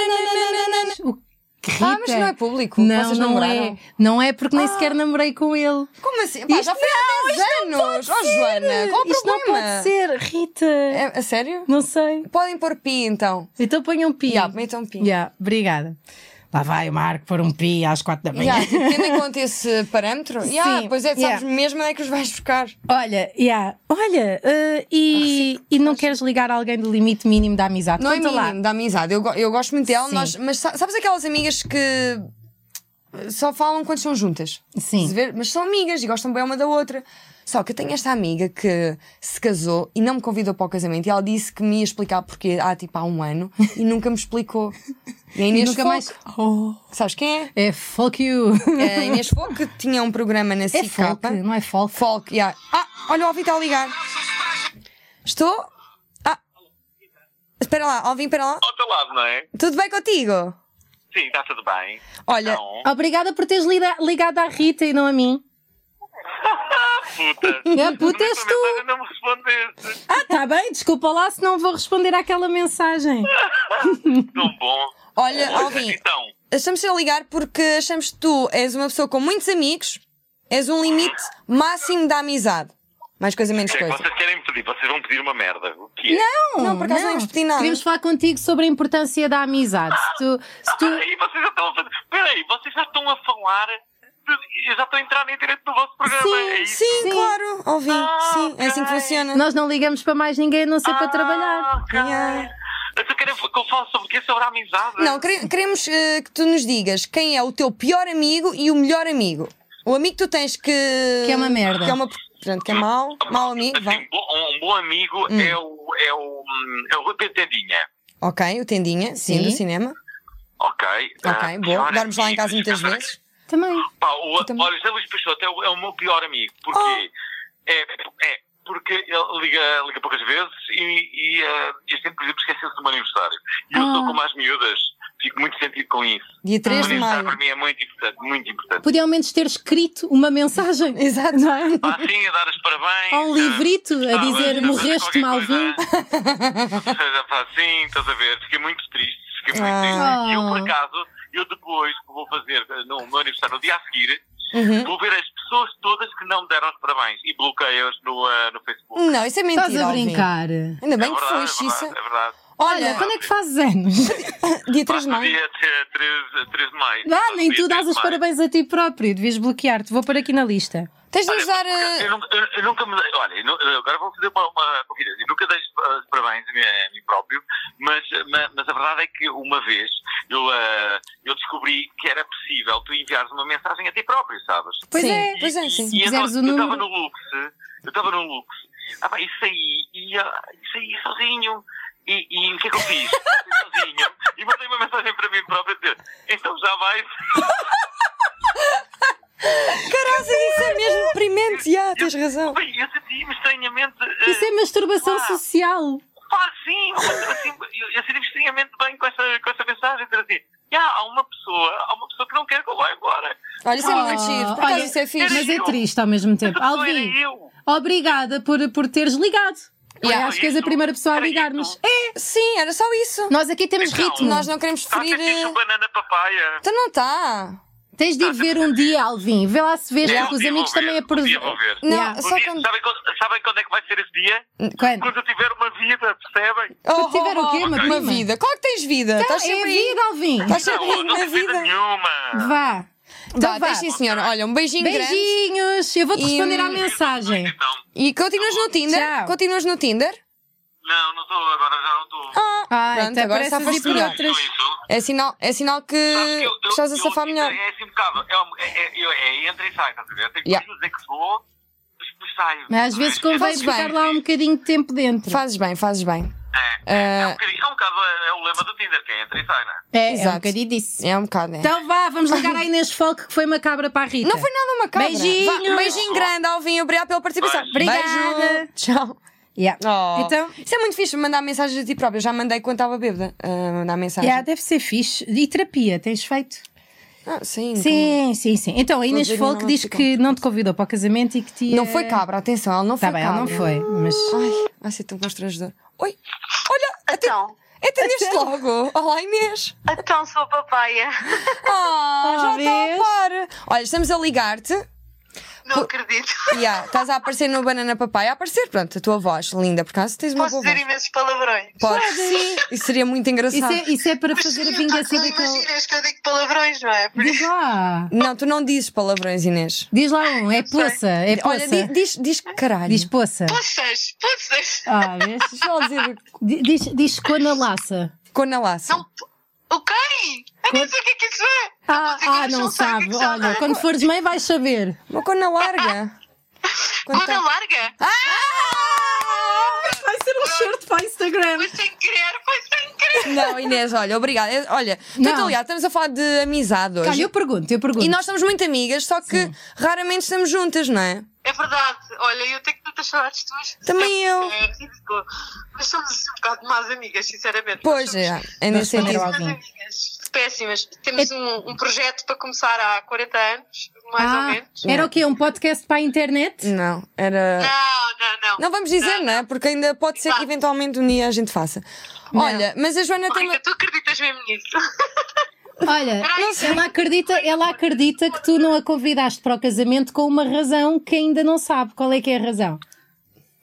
A: O que Rita.
B: Ah, mas não é público.
A: Não,
B: Vocês
A: não
B: namoraram?
A: é. Não é porque nem sequer namorei com ele.
B: Como assim? Pá,
A: Isto
B: já foi há 10 anos! Oh, Joana, qual o
A: Isto não
B: problema?
A: pode ser, Rita.
B: É, a sério?
A: Não sei.
B: Podem pôr pi então.
A: Então ponha um pi.
B: Yeah, metam pi.
A: Yeah, obrigada. Lá vai o Marco pôr um pi às quatro da manhã.
B: Yeah, tendo em conta esse parâmetro, yeah, pois é, sabes
A: yeah.
B: mesmo onde é que os vais buscar.
A: Olha, yeah, olha, eh, e, e não queres ligar alguém do limite mínimo da amizade?
B: Ah, Não é
A: Conta lá.
B: mínimo, da amizade. Eu, go- eu gosto muito dela,
A: Sim.
B: nós, mas sa- sabes aquelas amigas que só falam quando são juntas?
A: Sim.
B: Se ver- Mas são amigas e gostam bem uma da outra. Só que eu tenho esta amiga que se casou e não me convidou para o casamento e ela disse que me ia explicar porque há tipo há um ano e nunca me explicou. E a
A: E
B: Inês
A: nunca
B: Folk,
A: mais. Oh,
B: sabes quem é?
A: é folk you.
B: A Inês Folk tinha um programa na
A: É
B: CICAP.
A: folk, não é folk.
B: Folk, yeah. Ah, olha, o Alvin está a ligar. Estou? Ah. Espera lá, Alvin, espera lá.
E: Ao teu lado, não é?
B: Tudo bem contigo?
E: Sim, está tudo bem.
B: Olha,
E: Não,
A: Obrigada por teres lida- ligado à Rita e não a mim.
E: puta.
A: É, puta, és
E: Essa mensagem
A: tu.
E: Não me respondeste.
A: Ah, tá bem, desculpa lá se não vou responder àquela mensagem.
E: Tão bom.
B: olha,
E: Olha,
B: Alvin,
E: Então,
B: estamos a ligar porque achamos que tu és uma pessoa com muitos amigos, és um limite máximo da amizade. Mais coisa, menos
E: o que é que
B: coisa.
E: vocês querem me pedir? Vocês vão pedir uma merda. O que é?
B: Não, por acaso não íamos pedir nada.
A: Oh, Queríamos falar contigo sobre a importância da amizade. Se tu, se tu-
E: E vocês já estão a fazer. Peraí, vocês já estão a falar. de- Eu já estou a entrar em direto do vosso programa.
A: Sim,
E: é isso?
B: Sim,
A: Sim.
B: claro, Alvin,
E: Ah,
B: sim, é assim que
E: ok.
B: funciona.
A: nós não ligamos para mais ninguém a não ser para trabalhar.
E: Ah, ok.
B: Yeah.
E: Mas eu quero que eu fale sobre o quê? Sobre a amizade?
B: Não, quere- queremos eh, que tu nos digas quem é o teu pior amigo e o melhor amigo. O amigo que tu tens que. Que
A: é uma merda.
B: Que é uma. Portanto, que é mau, mau amigo,
E: Assim,
B: vá. Hum.
E: bo- um bom amigo é o. É o. hum, É o Rui Pentendinha.
B: Ok, o Tendinha, sim,
A: Sim.
B: do cinema.
E: Ok. Ah,
B: Ok, boa. Dormes lá em casa muitas vezes.
A: Também.
E: Pá, o,
B: Tu também?
E: olha, o José Luís Peixoto é o, é o meu pior amigo. Porque
B: Oh!
E: é, é porque ele liga, liga poucas vezes e, e eh, eu sempre, por exemplo, esqueci-se do meu aniversário. E eu
A: Ah.
E: estou com mais miúdas. Fico muito sentido com isso.
B: Dia 3
E: o
B: de
E: aniversário
B: maio.
E: para mim é muito importante, muito importante.
A: Podia ao menos ter escrito uma mensagem.
B: Exato.
A: Não é?
E: Ah, sim, a dar os parabéns.
A: Ou um
E: eh,
A: livrito a
E: gostava
A: dizer,
E: de fazer
A: "Morreste,
E: qualquer
A: Malvin."
E: coisa. Ou seja, pá, sim, estás a ver. Fiquei muito triste. Fiquei muito
B: Ah.
E: triste. E eu, por acaso, eu depois que vou fazer eh, no meu aniversário no dia a seguir,
B: Uhum.
E: Vou ver as pessoas todas que não me deram os parabéns e bloqueio-as no, ah, no
A: Hum,
E: Facebook.
B: Não, isso é mentira.
A: Estás a
B: Alvin.
A: brincar.
B: Ainda bem que
E: é verdade,
B: foi,
E: é verdade,
B: Xissa.
E: é verdade.
A: Olha,
B: Olha,
A: quando é que fazes anos?
B: dia 3
E: Faz
B: de
E: no
B: maio.
E: dia 3, de maio.
A: Ah, nem
E: Dia
A: tu
E: 3
A: dás
E: de
A: os
E: maio.
A: parabéns a ti próprio. Devias bloquear-te. Vou pôr aqui na lista.
B: Tens de nos dar.
E: Porque Eu
B: eh,
E: nunca, eu, eu nunca me dei. Olha, eu nu- eu agora vou fazer uma, uma confidência. Eu nunca dei ah, os parabéns a mim, a mim próprio, mas, ma- mas a verdade é que uma vez eu, ah, eu descobri que era possível tu enviares uma mensagem a ti próprio, sabes? então,
A: Pois
B: sim,
A: é.
B: Pois é, sim.
A: E- quiseres
E: eu
A: o
E: estava
A: número.
E: no Lux, eu estava no Lux, ah, pá, e saí, e, ah, e saí sozinho. E, e o que é que eu fiz? Saí sozinho. E mandei uma mensagem para mim própria a dizer: então já vais.
B: Caralho, isso é mesmo deprimente. Já, tens razão.
E: Bem, eu senti-me estranhamente. eh,
A: Isso é masturbação
E: Ah.
A: social.
E: pá, sim, eu- assim, eu, eu senti-me estranhamente bem com essa, com essa mensagem. Dizer assim: "Ya, há uma pessoa, há uma pessoa que não quer que eu vá embora.
B: Olha, isso é
A: Ah,
B: muito giro. Por
A: olha,
B: acaso isso é
A: Mas
B: fixe.
A: é triste ao mesmo tempo.
E: Essa pessoa era
A: Alvin,
E: Então, é eu.
A: obrigada por, por teres ligado.
B: Yeah.
A: Acho que és a
E: Isso.
A: primeira pessoa a
E: Era
A: ligar-nos.
E: isso.
A: É,
B: Sim, era só isso.
A: nós aqui temos
E: Então,
A: ritmo.
B: Nós não queremos
E: Está a
B: ferir.
E: sentir
B: eh,
E: o banana papaya.
B: Então não está.
A: Tens de ir ver um dia, Alvin. Vê lá se vês,
E: É,
A: porque
E: um
A: os
E: dia
A: amigos
E: vou ver,
A: também é por.
E: um dia vou ver.
B: Não,
A: Yeah.
B: só
E: Um dia-
B: quando.
E: sabem, quando, sabem quando é que vai ser esse dia?
A: Quando?
E: Quando eu tiver uma vida, percebem?
B: Oh,
A: tiver
B: oh,
A: o quê,
B: oh,
A: uma
B: Uma
A: prima?
B: vida. Qual é que tens vida?
A: Então,
B: Estás
A: é a
B: sempre aí.
A: vida, Alvin.
B: Estás sempre aí
E: não
B: na
E: tenho vida
B: vida.
E: nenhuma.
A: Vá. Então
B: Tá,
A: vá.
B: tens sim, senhora. Olha, um beijinho grande.
A: Beijinhos. Eu vou-te
B: E-
A: responder à mensagem.
E: Então,
B: E continuas no Tinder?
A: Tchau.
B: Continuas no Tinder?
E: não, não estou, agora já não estou.
B: Ah,
A: Ah,
B: pronto,
A: então
B: agora só
A: pareces
B: foste
A: ir por
B: melhor.
A: outra. três-
B: É sinal, é sinal que estás a safar melhor.
E: É assim um bocado. É, um- é, é, eu- é entra e sai, estás a ver? Tenho
B: Yeah.
E: que dizer que vou, mas depois saio.
A: Mas às vezes convém
B: Fazes Então bem.
A: ficar lá um bocadinho de tempo dentro.
B: Fazes bem, fazes bem.
E: É, é,
B: Ah.
E: um bocadinho, é um bocado é o lema do Tinder, que é entra e sai, não é?
A: É, é um
B: Exato.
A: bocadinho disso.
B: É um bocado, é.
A: Então vá, vamos ligar à Inês Folk, que foi uma cabra para a Rita.
B: Não foi nada uma cabra.
A: Beijinhos.
B: Vá, um beijinho grande, Alvin. Obrigado pela participação.
A: Obrigada.
B: Beijo. Tchau.
A: Yeah.
B: Oh.
A: Então,
B: Isso é muito fixe, mandar mensagens a ti próprio. Eu Já mandei quando estava bêbada. ah, mandar mensagem.
A: yeah, deve ser fixe. E terapia, tens feito?
B: Ah, sim.
A: Sim, sim, sim. Então, a Inês
B: dizer,
A: Folk
B: não
A: diz
B: fica.
A: que não te convidou para o casamento e que te.
B: Não foi cabra, atenção, Tá ela não foi
A: Está bem, ela
B: cabra.
A: não foi, mas.
B: Ai, vai ser tão constrangedor. Oi, olha, até,
C: Então,
B: Entendeste logo? Olá, Inês.
C: Então sou papaya.
B: Ah, já está a
A: vês?
B: par. Olha, estamos a ligar-te.
C: Não acredito.
B: Yeah, estás a aparecer no Banana Papai. A aparecer, pronto, a tua voz, linda. Por acaso tens uma
C: Posso
B: boa
C: dizer
B: voz.
C: imensos palavrões.
B: Podes. Isso seria muito
A: Isso
B: engraçado.
A: é, isso é para fazer a vingança
C: Não
A: daquele.
C: imaginas que eu digo palavrões, não é? Por
A: Diz lá.
B: Não, tu não dizes palavrões, Inês.
A: Diz lá um. É poça. É
B: Olha, di-
A: poça.
B: diz, diz caralho.
A: Diz poça.
C: Poças, poças.
A: Ah, vês?
B: Só dizer
A: Di- Diz, diz cona laça.
B: cona laça.
C: Não. O quem? Eu nem sei o que é que isso é.
A: Ah,
C: sei
A: ah,
C: que
A: não
C: eles são
A: sabe.
C: sangue, que são
A: Olha,
C: sangue.
A: quando fores mãe vais saber.
B: Uma cona larga. Quando
C: Cona
B: tá-
C: É larga?
A: Vai ser um short para Instagram.
C: Foi sem querer, foi sem querer.
B: Não, Inês, olha, obrigada. É, Olha,
A: Não.
B: portanto, aliás, estamos a falar de amizade hoje.
A: Olha, eu pergunto, eu pergunto.
B: E nós somos muito amigas, só que raramente estamos juntas, não é?
C: É verdade. Olha, eu tenho tantas saudades tuas.
B: Também eu.
C: É, ridículo. Mas somos um bocado más amigas, sinceramente.
B: Pois,
C: Somos
B: é, é nesse
A: Nós
B: sentido.
A: também.
C: péssimas amigas. Péssimas.
A: É-
C: Temos um, um projeto para começar há 40 anos, mais ou
A: Ah,
C: menos.
A: era o quê? Um podcast para a internet?
B: Não, era.
C: Não, não, não.
B: Não vamos dizer, não é? Porque ainda pode ser que
C: Exato.
B: eventualmente um dia a gente faça. Olha, mas a Joana tem.
C: Rita, tu acreditas mesmo nisso?
A: Olha, ela acredita, ela acredita que tu não a convidaste para o casamento com uma razão que ainda não sabe. Qual é que é a razão?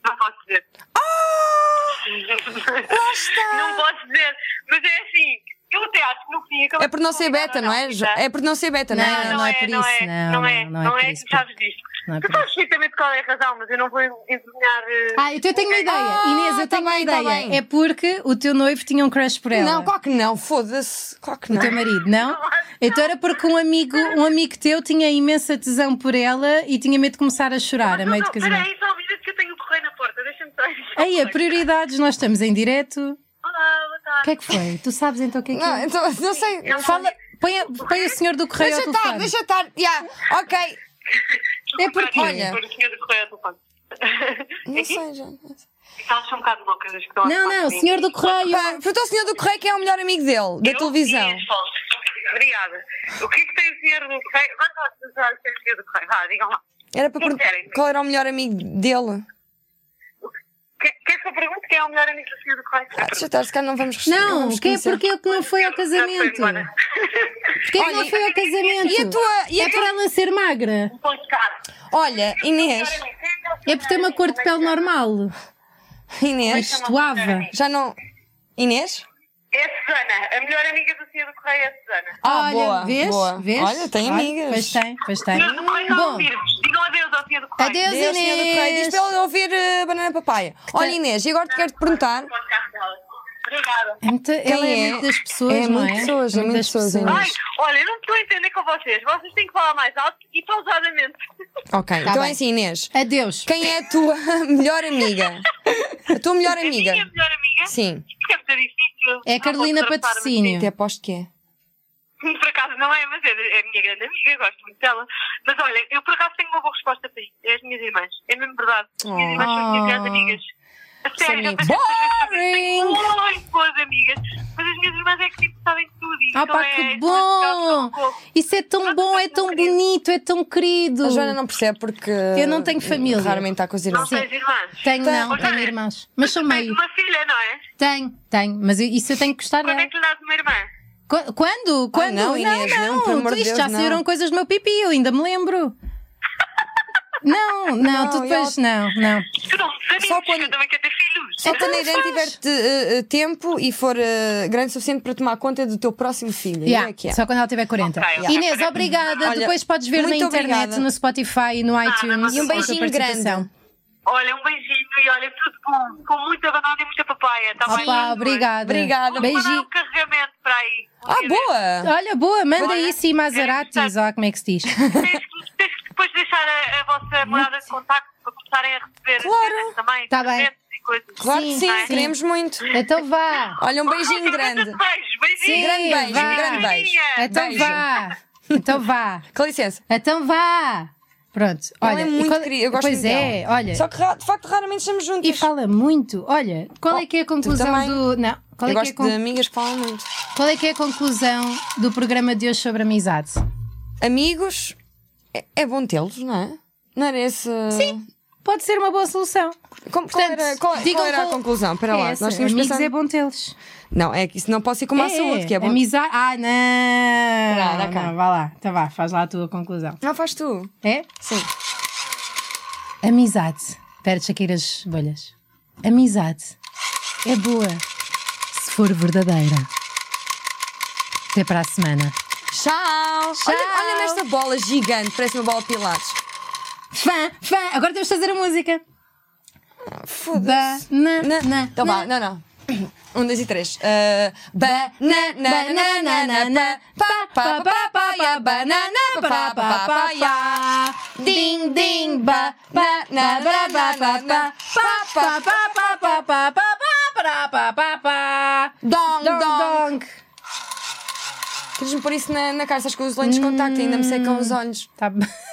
C: Não posso dizer.
B: Ah!
C: Não posso dizer. Mas é assim, eu até acho que no fim acabou
B: É por não ser beta, não é? Jo- É por não ser beta, não
A: Não,
B: é?
A: não é por
C: não
A: isso,
C: É,
A: não,
C: não é,
A: não, não é por
C: não é,
A: isso.
C: tu sabes disto.
A: Não é
C: Tu
A: por
C: sabes perfeitamente qual é a razão, mas eu não vou envergonhar. eh,
A: Ah, então eu tenho uma ideia.
B: Ah,
A: Inês, eu
B: tá
A: tenho uma
B: bem, tá
A: ideia.
B: bem.
A: É porque o teu noivo tinha um crush por ela.
B: Não, claro que não, foda-se. Claro que
A: O
B: não.
A: teu marido, não? Então era porque um amigo, um amigo teu tinha imensa tesão por ela e tinha medo de começar a chorar a meio do
C: não, Espera
A: casamento.
C: aí, só um minuto que eu tenho o correio na porta. Deixa-me só.
A: Aí, a prioridades, nós estamos em direto.
C: Olá, boa
A: O que
C: tarde.
A: é que foi? Tu sabes então o que é que
B: Não,
A: é?
B: então, não sei.
A: Fala, põe, a- põe o senhor do correio ao
B: Deixa estar,
A: telefone.
B: deixa estar. Yeah, ok.
A: É porque,
B: Olha.
C: Por senhor do correio ao telefone. é
B: Não sei, Joana.
C: Elas são um bocado loucas as que estão a
A: Não,
C: falar
A: não, o
C: comigo.
A: senhor do correio.
B: Pá, Pergunta ao senhor do correio quem é o melhor amigo dele, da
C: Eu?
B: televisão.
C: Sim, Paulo. Obrigada. O que é que tem o senhor do correio? Vá lá, vá lá, tem o senhor do correio. Vá, digam lá.
B: Era para
C: Quem
B: perguntar
C: querem?
B: qual era o melhor amigo dele.
C: Que- Queres que eu pergunte quem é o melhor amigo do senhor do correio?
B: Ah, deixa estar, se calhar não vamos responder.
A: Não,
B: vamos
A: que é
B: conhecer.
A: porque é que não foi ao casamento?
C: Já foi embora.
A: Porquê que não
B: Olha,
A: foi ao casamento?
B: E a tua. E
A: É
B: a tua...
A: para ela ser magra.
C: Pois, cara.
B: Olha, Inês.
A: É por ter uma cor de pele normal.
B: Inês.
A: Mas suava.
B: Já não. Inês?
C: É a Susana. A melhor amiga do senhor do correio é a Susana.
B: Ah,
A: Olha,
B: boa,
A: vês?
B: boa.
A: Vês?
B: Olha, tem
A: Olha,
B: amigas.
A: Pois tem, pois tem.
C: Senhor do correio está a
A: Bom,
C: ouvir-vos. Digam adeus ao senhor do correio.
A: adeus,
B: Deus, Senhor do Correio, diz
A: Inês.
B: para ela ouvir eh, Banana Papaya. Olha, Inês, e agora te quero te perguntar.
C: Pode cá, Stella. Obrigada.
A: É muita- ela é,
B: é?
A: muito das pessoas,
B: É
A: não
B: muito
A: é?
B: pessoas, é muito
A: das
B: pessoas, é
C: Ai, olha, eu não estou a entender com vocês. Vocês têm que falar mais alto e pausadamente.
B: Ok, então
A: Tá bem.
B: é assim, Inês.
A: Adeus.
B: Quem é a tua melhor amiga? A tua melhor
C: A minha é
B: amiga?
C: melhor amiga?
B: Sim.
C: Deve ser difícil.
A: É a Carolina
C: Não vou tratar-me
A: Patrocínio.
B: Até aposto que é.
C: assim. Por acaso não é, mas é, é a minha grande amiga, eu gosto muito dela. Mas olha, eu por acaso tenho uma boa resposta para isto. É as minhas irmãs. É mesmo verdade. As minhas
B: Oh.
C: irmãs são as minhas melhores amigas. A sério,
B: amigas.
C: eu tenho tantas vezes
B: Boring!
C: que tenho muito boas amigas, mas as minhas irmãs é que tipo, sabem tudo. e
A: Ah,
C: então
A: pá,
C: é-
A: que
C: então é-
A: bom! Isso é tão bom, é tão bonito, é tão querido.
B: A Joana não percebe porque.
A: Eu não tenho família.
B: Raramente assim. está com os
C: Não
B: irmãos.
C: tens irmãs?
A: Tenho,
B: Tem.
A: não, tenho irmãos. Mas sou
C: Tens
A: meio.
C: uma filha, não é?
A: Tenho, tenho. Mas isso eu tenho que gostar
C: Quando é
A: dela.
C: que lhe dás uma irmã?
A: Qu- Quando? Quando?
B: Ah, não, Inês, não, pelo amor de
A: Isto
B: Deus,
A: já
B: não.
A: saíram coisas do meu pipi, eu ainda me lembro. Não, não,
B: Não,
A: tu depois não, não.
C: Tu não me desanimes,
B: Só quando-
C: que eu também quero ter filhos.
B: Só quando a Irene tiver eh, eh, tempo e for eh, grande o suficiente para tomar conta do teu próximo filho. aí
A: Yeah,
B: É que é.
A: Só quando ela tiver 40.
C: Ok, ok.
A: Inês, obrigada.
B: Olha,
A: depois podes ver na
B: muito
A: internet,
B: obrigada.
A: no Spotify, no iTunes.
C: E um
A: a tua
B: beijinho grande.
A: participação.
C: Olha, um beijinho e olha, tudo bom. Com muita banana e muita papaya, tá bem?
A: Opa, obrigada.
B: Obrigada.
C: Vou mandar
A: Beijinho.
C: um carregamento para aí.
B: Ah, boa!
A: Olha, boa, manda
C: Olha,
A: isso e Maseratis, ó, como é que se diz?
C: Tens que, tens que depois deixar a, a vossa morada de contacto para começarem a receber
B: Claro.
C: coisas também.
A: Tá bem.
C: presentes E coisas. assim, é?
B: Claro que
A: Sim,
B: sim,
A: sim.
B: queremos muito.
A: Então vá.
B: Olha, um beijinho
C: Um
B: grande.
C: Beijo, beijinho.
A: Sim,
B: grande beijo,
A: vá.
B: um grande beijo.
A: Então
B: Beijo.
A: vá. Então vá.
B: Com licença.
A: Então vá. Pronto.
B: Ela
A: Olha,
B: é
A: e
B: muito
A: qual-
B: querida, eu gosto
A: Pois
B: muito
A: é,
B: dela.
A: olha.
B: Só que ra- de facto raramente estamos juntas.
A: E fala muito. Olha, qual é que é a conclusão
B: Oh, também.
A: do. Não, qual é, que é
B: Eu
A: a
B: gosto
A: con-
B: de amigas que falam muito.
A: qual é que é a conclusão do programa de hoje sobre amizade?
B: Amigos, é, é bom tê-los, não é? Não era esse. Sim.
A: pode ser uma boa solução.
B: Como, qual
A: Portanto,
B: era, qual- qual
A: digam
B: era a
A: qual-
B: conclusão? Espera
A: é
B: lá,
A: essa,
B: nós tínhamos
A: amigos
B: pensado...
A: é bom tê-los.
B: Não, é que isso não pode ir como a saúde, que é bom.
A: Amizade. Ah,
B: lá,
A: não.
B: dá cá.
A: não, vá lá. Então vá, faz lá a tua conclusão.
B: Não faz tu.
A: É?
B: Sim.
A: Amizade. Pera, deixa cair as bolhas. Amizade é boa se for verdadeira. Até para a semana.
B: Tchau!
A: Tchau.
B: Olha, olha nesta bola gigante, parece uma bola de pilates.
A: Fã, fã. Agora temos de fazer a música.
B: Foda-se.
A: Banana.
B: Na- Então vá, não, não. Um, dois e três. Ah, banana, banana, pa, pa, pa, pa, paia, banana, pa, pa, pa, paia. Ding, ding, ba, na, na, ba, ba, ba, ba, pa, pa, pa, Dong,
A: Dong,
B: dong.
A: dong.
B: Queres-me pôr isso na, na cara? Sabes que os lentes de contacto ainda me secam os olhos.
A: Tá bem.